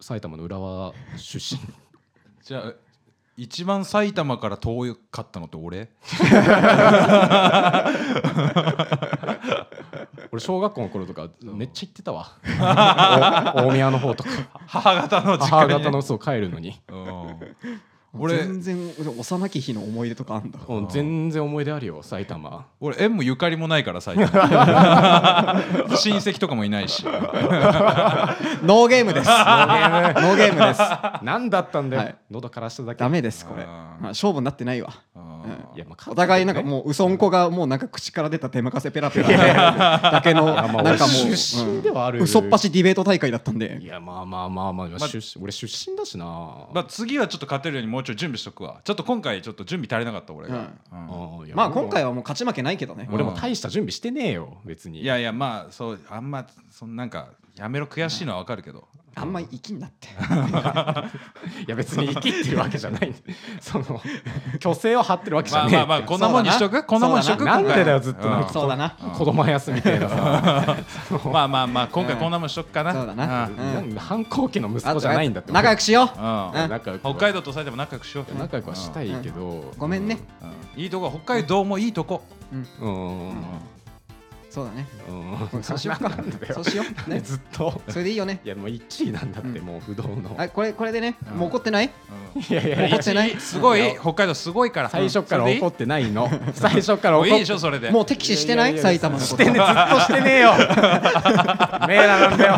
Speaker 3: 埼玉の浦和出身
Speaker 1: じゃあ一番埼玉から遠かったのって俺
Speaker 3: 俺小学校の頃とかめっちゃ行ってたわお大宮の方とか
Speaker 1: 母方の
Speaker 3: 母
Speaker 1: 実家に
Speaker 3: 方のそう帰るのに、
Speaker 1: うん、俺
Speaker 2: 全然俺幼き日の思い出とかあ んだ
Speaker 3: うん、全然思い出あるよ埼玉
Speaker 1: 俺縁もゆかりもないから埼玉親戚とかもいないし
Speaker 2: ノーゲームですノーゲームです
Speaker 3: 何だったんだよ、
Speaker 2: はい
Speaker 3: 喉からしただけ
Speaker 2: ダメですこ
Speaker 1: あ
Speaker 2: れ
Speaker 1: ー
Speaker 2: まあ勝負になってないわ
Speaker 1: うん
Speaker 3: いやまあ
Speaker 2: お互いなんか
Speaker 3: う
Speaker 2: もううそんこがもうなんか口から出た手任せペラペラだけの
Speaker 3: いや まあ
Speaker 2: なんかも
Speaker 3: 俺出身ではあ
Speaker 2: う
Speaker 3: る
Speaker 2: うん嘘っぱしディベート大会だったん
Speaker 3: い
Speaker 2: で
Speaker 3: やまあまあまあまあ、出身俺出身だしな、
Speaker 1: まあ、次はちょっと勝てるようにもうちょい準備しとくわちょっと今回ちょっと準備足りなかった俺が、うん
Speaker 3: あ
Speaker 2: まあ今回
Speaker 3: は
Speaker 2: はもう勝ち負けないけどね
Speaker 1: うん
Speaker 3: 俺も大した準備してねえよ別に
Speaker 1: いやいやまあそうあんまそんなんかやめろ悔しいのはわかるけど、
Speaker 2: あんまり息にな って
Speaker 3: いや別に生きっていうわけじゃないその虚勢を張ってるわけじ
Speaker 1: ま
Speaker 3: ゃ
Speaker 1: あ
Speaker 3: ねえ
Speaker 1: まあまあこんなもんにしとくこんなもんにしとく
Speaker 3: なん
Speaker 1: 今回
Speaker 3: でだよずっとなん
Speaker 1: う
Speaker 3: か
Speaker 1: ん
Speaker 2: そうだな
Speaker 3: 子供やすみたいなさ
Speaker 1: まあまあまあ今回こんなもんしとくかな、
Speaker 2: そうだな
Speaker 1: うん
Speaker 2: うん
Speaker 3: なん反抗期の息子じゃないんだって
Speaker 2: 仲良くしよう
Speaker 1: うん
Speaker 3: 仲良く
Speaker 1: 北海道と埼玉仲良くしよう
Speaker 3: 仲良くはしたいけど、
Speaker 2: ごめんね
Speaker 1: いいとこ北海道もいいとこ
Speaker 3: うんうん
Speaker 2: そう だね
Speaker 3: うん
Speaker 2: そうしようか
Speaker 3: なんだ
Speaker 2: そ
Speaker 3: よ
Speaker 2: うしようね
Speaker 3: ずっと
Speaker 2: それでいいよね
Speaker 3: いやもう1位なんだって、
Speaker 2: うん
Speaker 3: もう不動の
Speaker 2: あこれこれでねもう怒ってない
Speaker 3: いやいや
Speaker 2: 怒ってない
Speaker 1: すご
Speaker 3: い
Speaker 1: い
Speaker 3: や
Speaker 1: 北海道すごいから
Speaker 3: 最初から怒
Speaker 1: っ
Speaker 3: ってないの最初から怒
Speaker 1: も
Speaker 3: っ
Speaker 1: う
Speaker 3: て
Speaker 1: いいでしょそれで
Speaker 2: もう敵視してない
Speaker 3: いやいやい
Speaker 2: 埼
Speaker 3: や
Speaker 2: 玉のこと
Speaker 3: してねずっとしてねえよおめえらなんだよ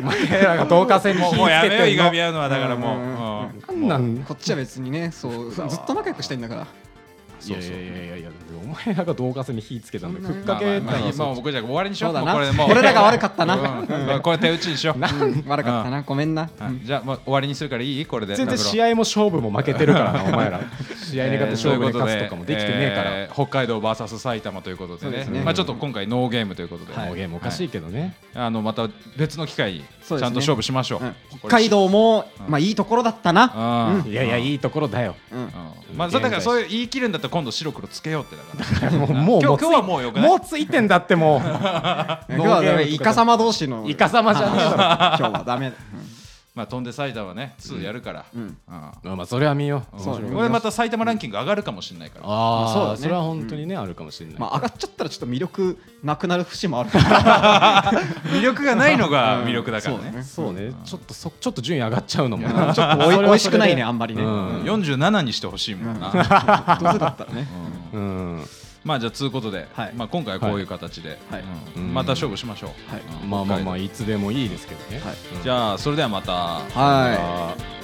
Speaker 3: お前らが導火線に火
Speaker 1: も
Speaker 3: つ
Speaker 1: うもうや
Speaker 3: け
Speaker 1: めようい
Speaker 3: てん
Speaker 1: が
Speaker 3: の
Speaker 1: み合うのはだからもう
Speaker 2: うんうんうん
Speaker 1: うん
Speaker 3: なんなん
Speaker 2: こっちは別にねそうずっと仲良くしてんだから
Speaker 1: そうそう
Speaker 3: いやいやいやいやお前らが動画線に火つけたんで
Speaker 2: そんな
Speaker 3: ふっかけ
Speaker 1: まあまあまあいいまあ僕じゃあ終わりにしよ
Speaker 2: そううだ
Speaker 1: も
Speaker 2: な
Speaker 1: これでもう
Speaker 2: 俺らが悪かったな、
Speaker 1: うんまあこれ手打ちにしよう
Speaker 2: うん悪かったなごめんな、
Speaker 1: はいじゃあまあ終わりにするからいいこれで
Speaker 3: 全然
Speaker 1: ダブロ
Speaker 3: 試合も勝負も負けて るからなお前ら試合に勝って勝負に勝つとかもできてねえから、
Speaker 1: えー北海道 VS 埼玉ということで
Speaker 2: そう
Speaker 1: ね
Speaker 2: ですね
Speaker 1: まあ、ちょっと今回ノーゲームということで、
Speaker 3: もうゲームおかしいけどね、
Speaker 1: あのまた別の機会にち
Speaker 2: そ
Speaker 1: ゃ
Speaker 2: うん
Speaker 1: と
Speaker 2: ですね
Speaker 1: 勝負しましょう、
Speaker 2: うん北海道も、まあいいところだったな
Speaker 1: あー、
Speaker 3: いやいやいいところだよ
Speaker 2: うん、うん
Speaker 1: うんまあ、そうだからそういう言い切るんだったら今度白黒つけようってだから
Speaker 3: もうもう
Speaker 1: 今日
Speaker 3: つい
Speaker 1: 今日はもうよくない
Speaker 3: もうついてんだってもう
Speaker 2: 今日はダメイカ様同士 の
Speaker 3: イカ様じゃねえだろ
Speaker 2: 今日はダメ、
Speaker 1: まあ飛んで埼玉ね2やるから、
Speaker 2: うんうん
Speaker 1: あ
Speaker 3: まあまあそれは見よう
Speaker 1: あ
Speaker 2: そうだね
Speaker 1: これまた埼玉ランキング上がるかもしれないから
Speaker 3: ああ
Speaker 2: そうだね
Speaker 3: それは本当にね、あるかもしれない、
Speaker 2: まあ上がっちゃったらちょっと魅力なくなる節もある から
Speaker 1: 魅力がないのが魅力だからね,、
Speaker 2: うん
Speaker 3: そうね、ちょっとそちょっと順位上がっちゃうのも
Speaker 2: ちょっ とおい美味しくないねあんまりね、
Speaker 3: う
Speaker 2: うん
Speaker 3: ん
Speaker 1: 47にしてほしいもんな、
Speaker 2: どうせだったらね
Speaker 3: うん
Speaker 1: まあじゃあつうことで、
Speaker 2: はい
Speaker 1: まあ、今回はこういう形で、
Speaker 2: はい
Speaker 1: うん
Speaker 3: うん
Speaker 1: また勝負しましょう、
Speaker 2: はい
Speaker 1: うん
Speaker 3: まあまあま
Speaker 1: 北
Speaker 3: あ
Speaker 1: 海
Speaker 3: いつでもいいですけどね、
Speaker 2: はい
Speaker 1: 道じゃあそれではまた
Speaker 2: はい
Speaker 3: あー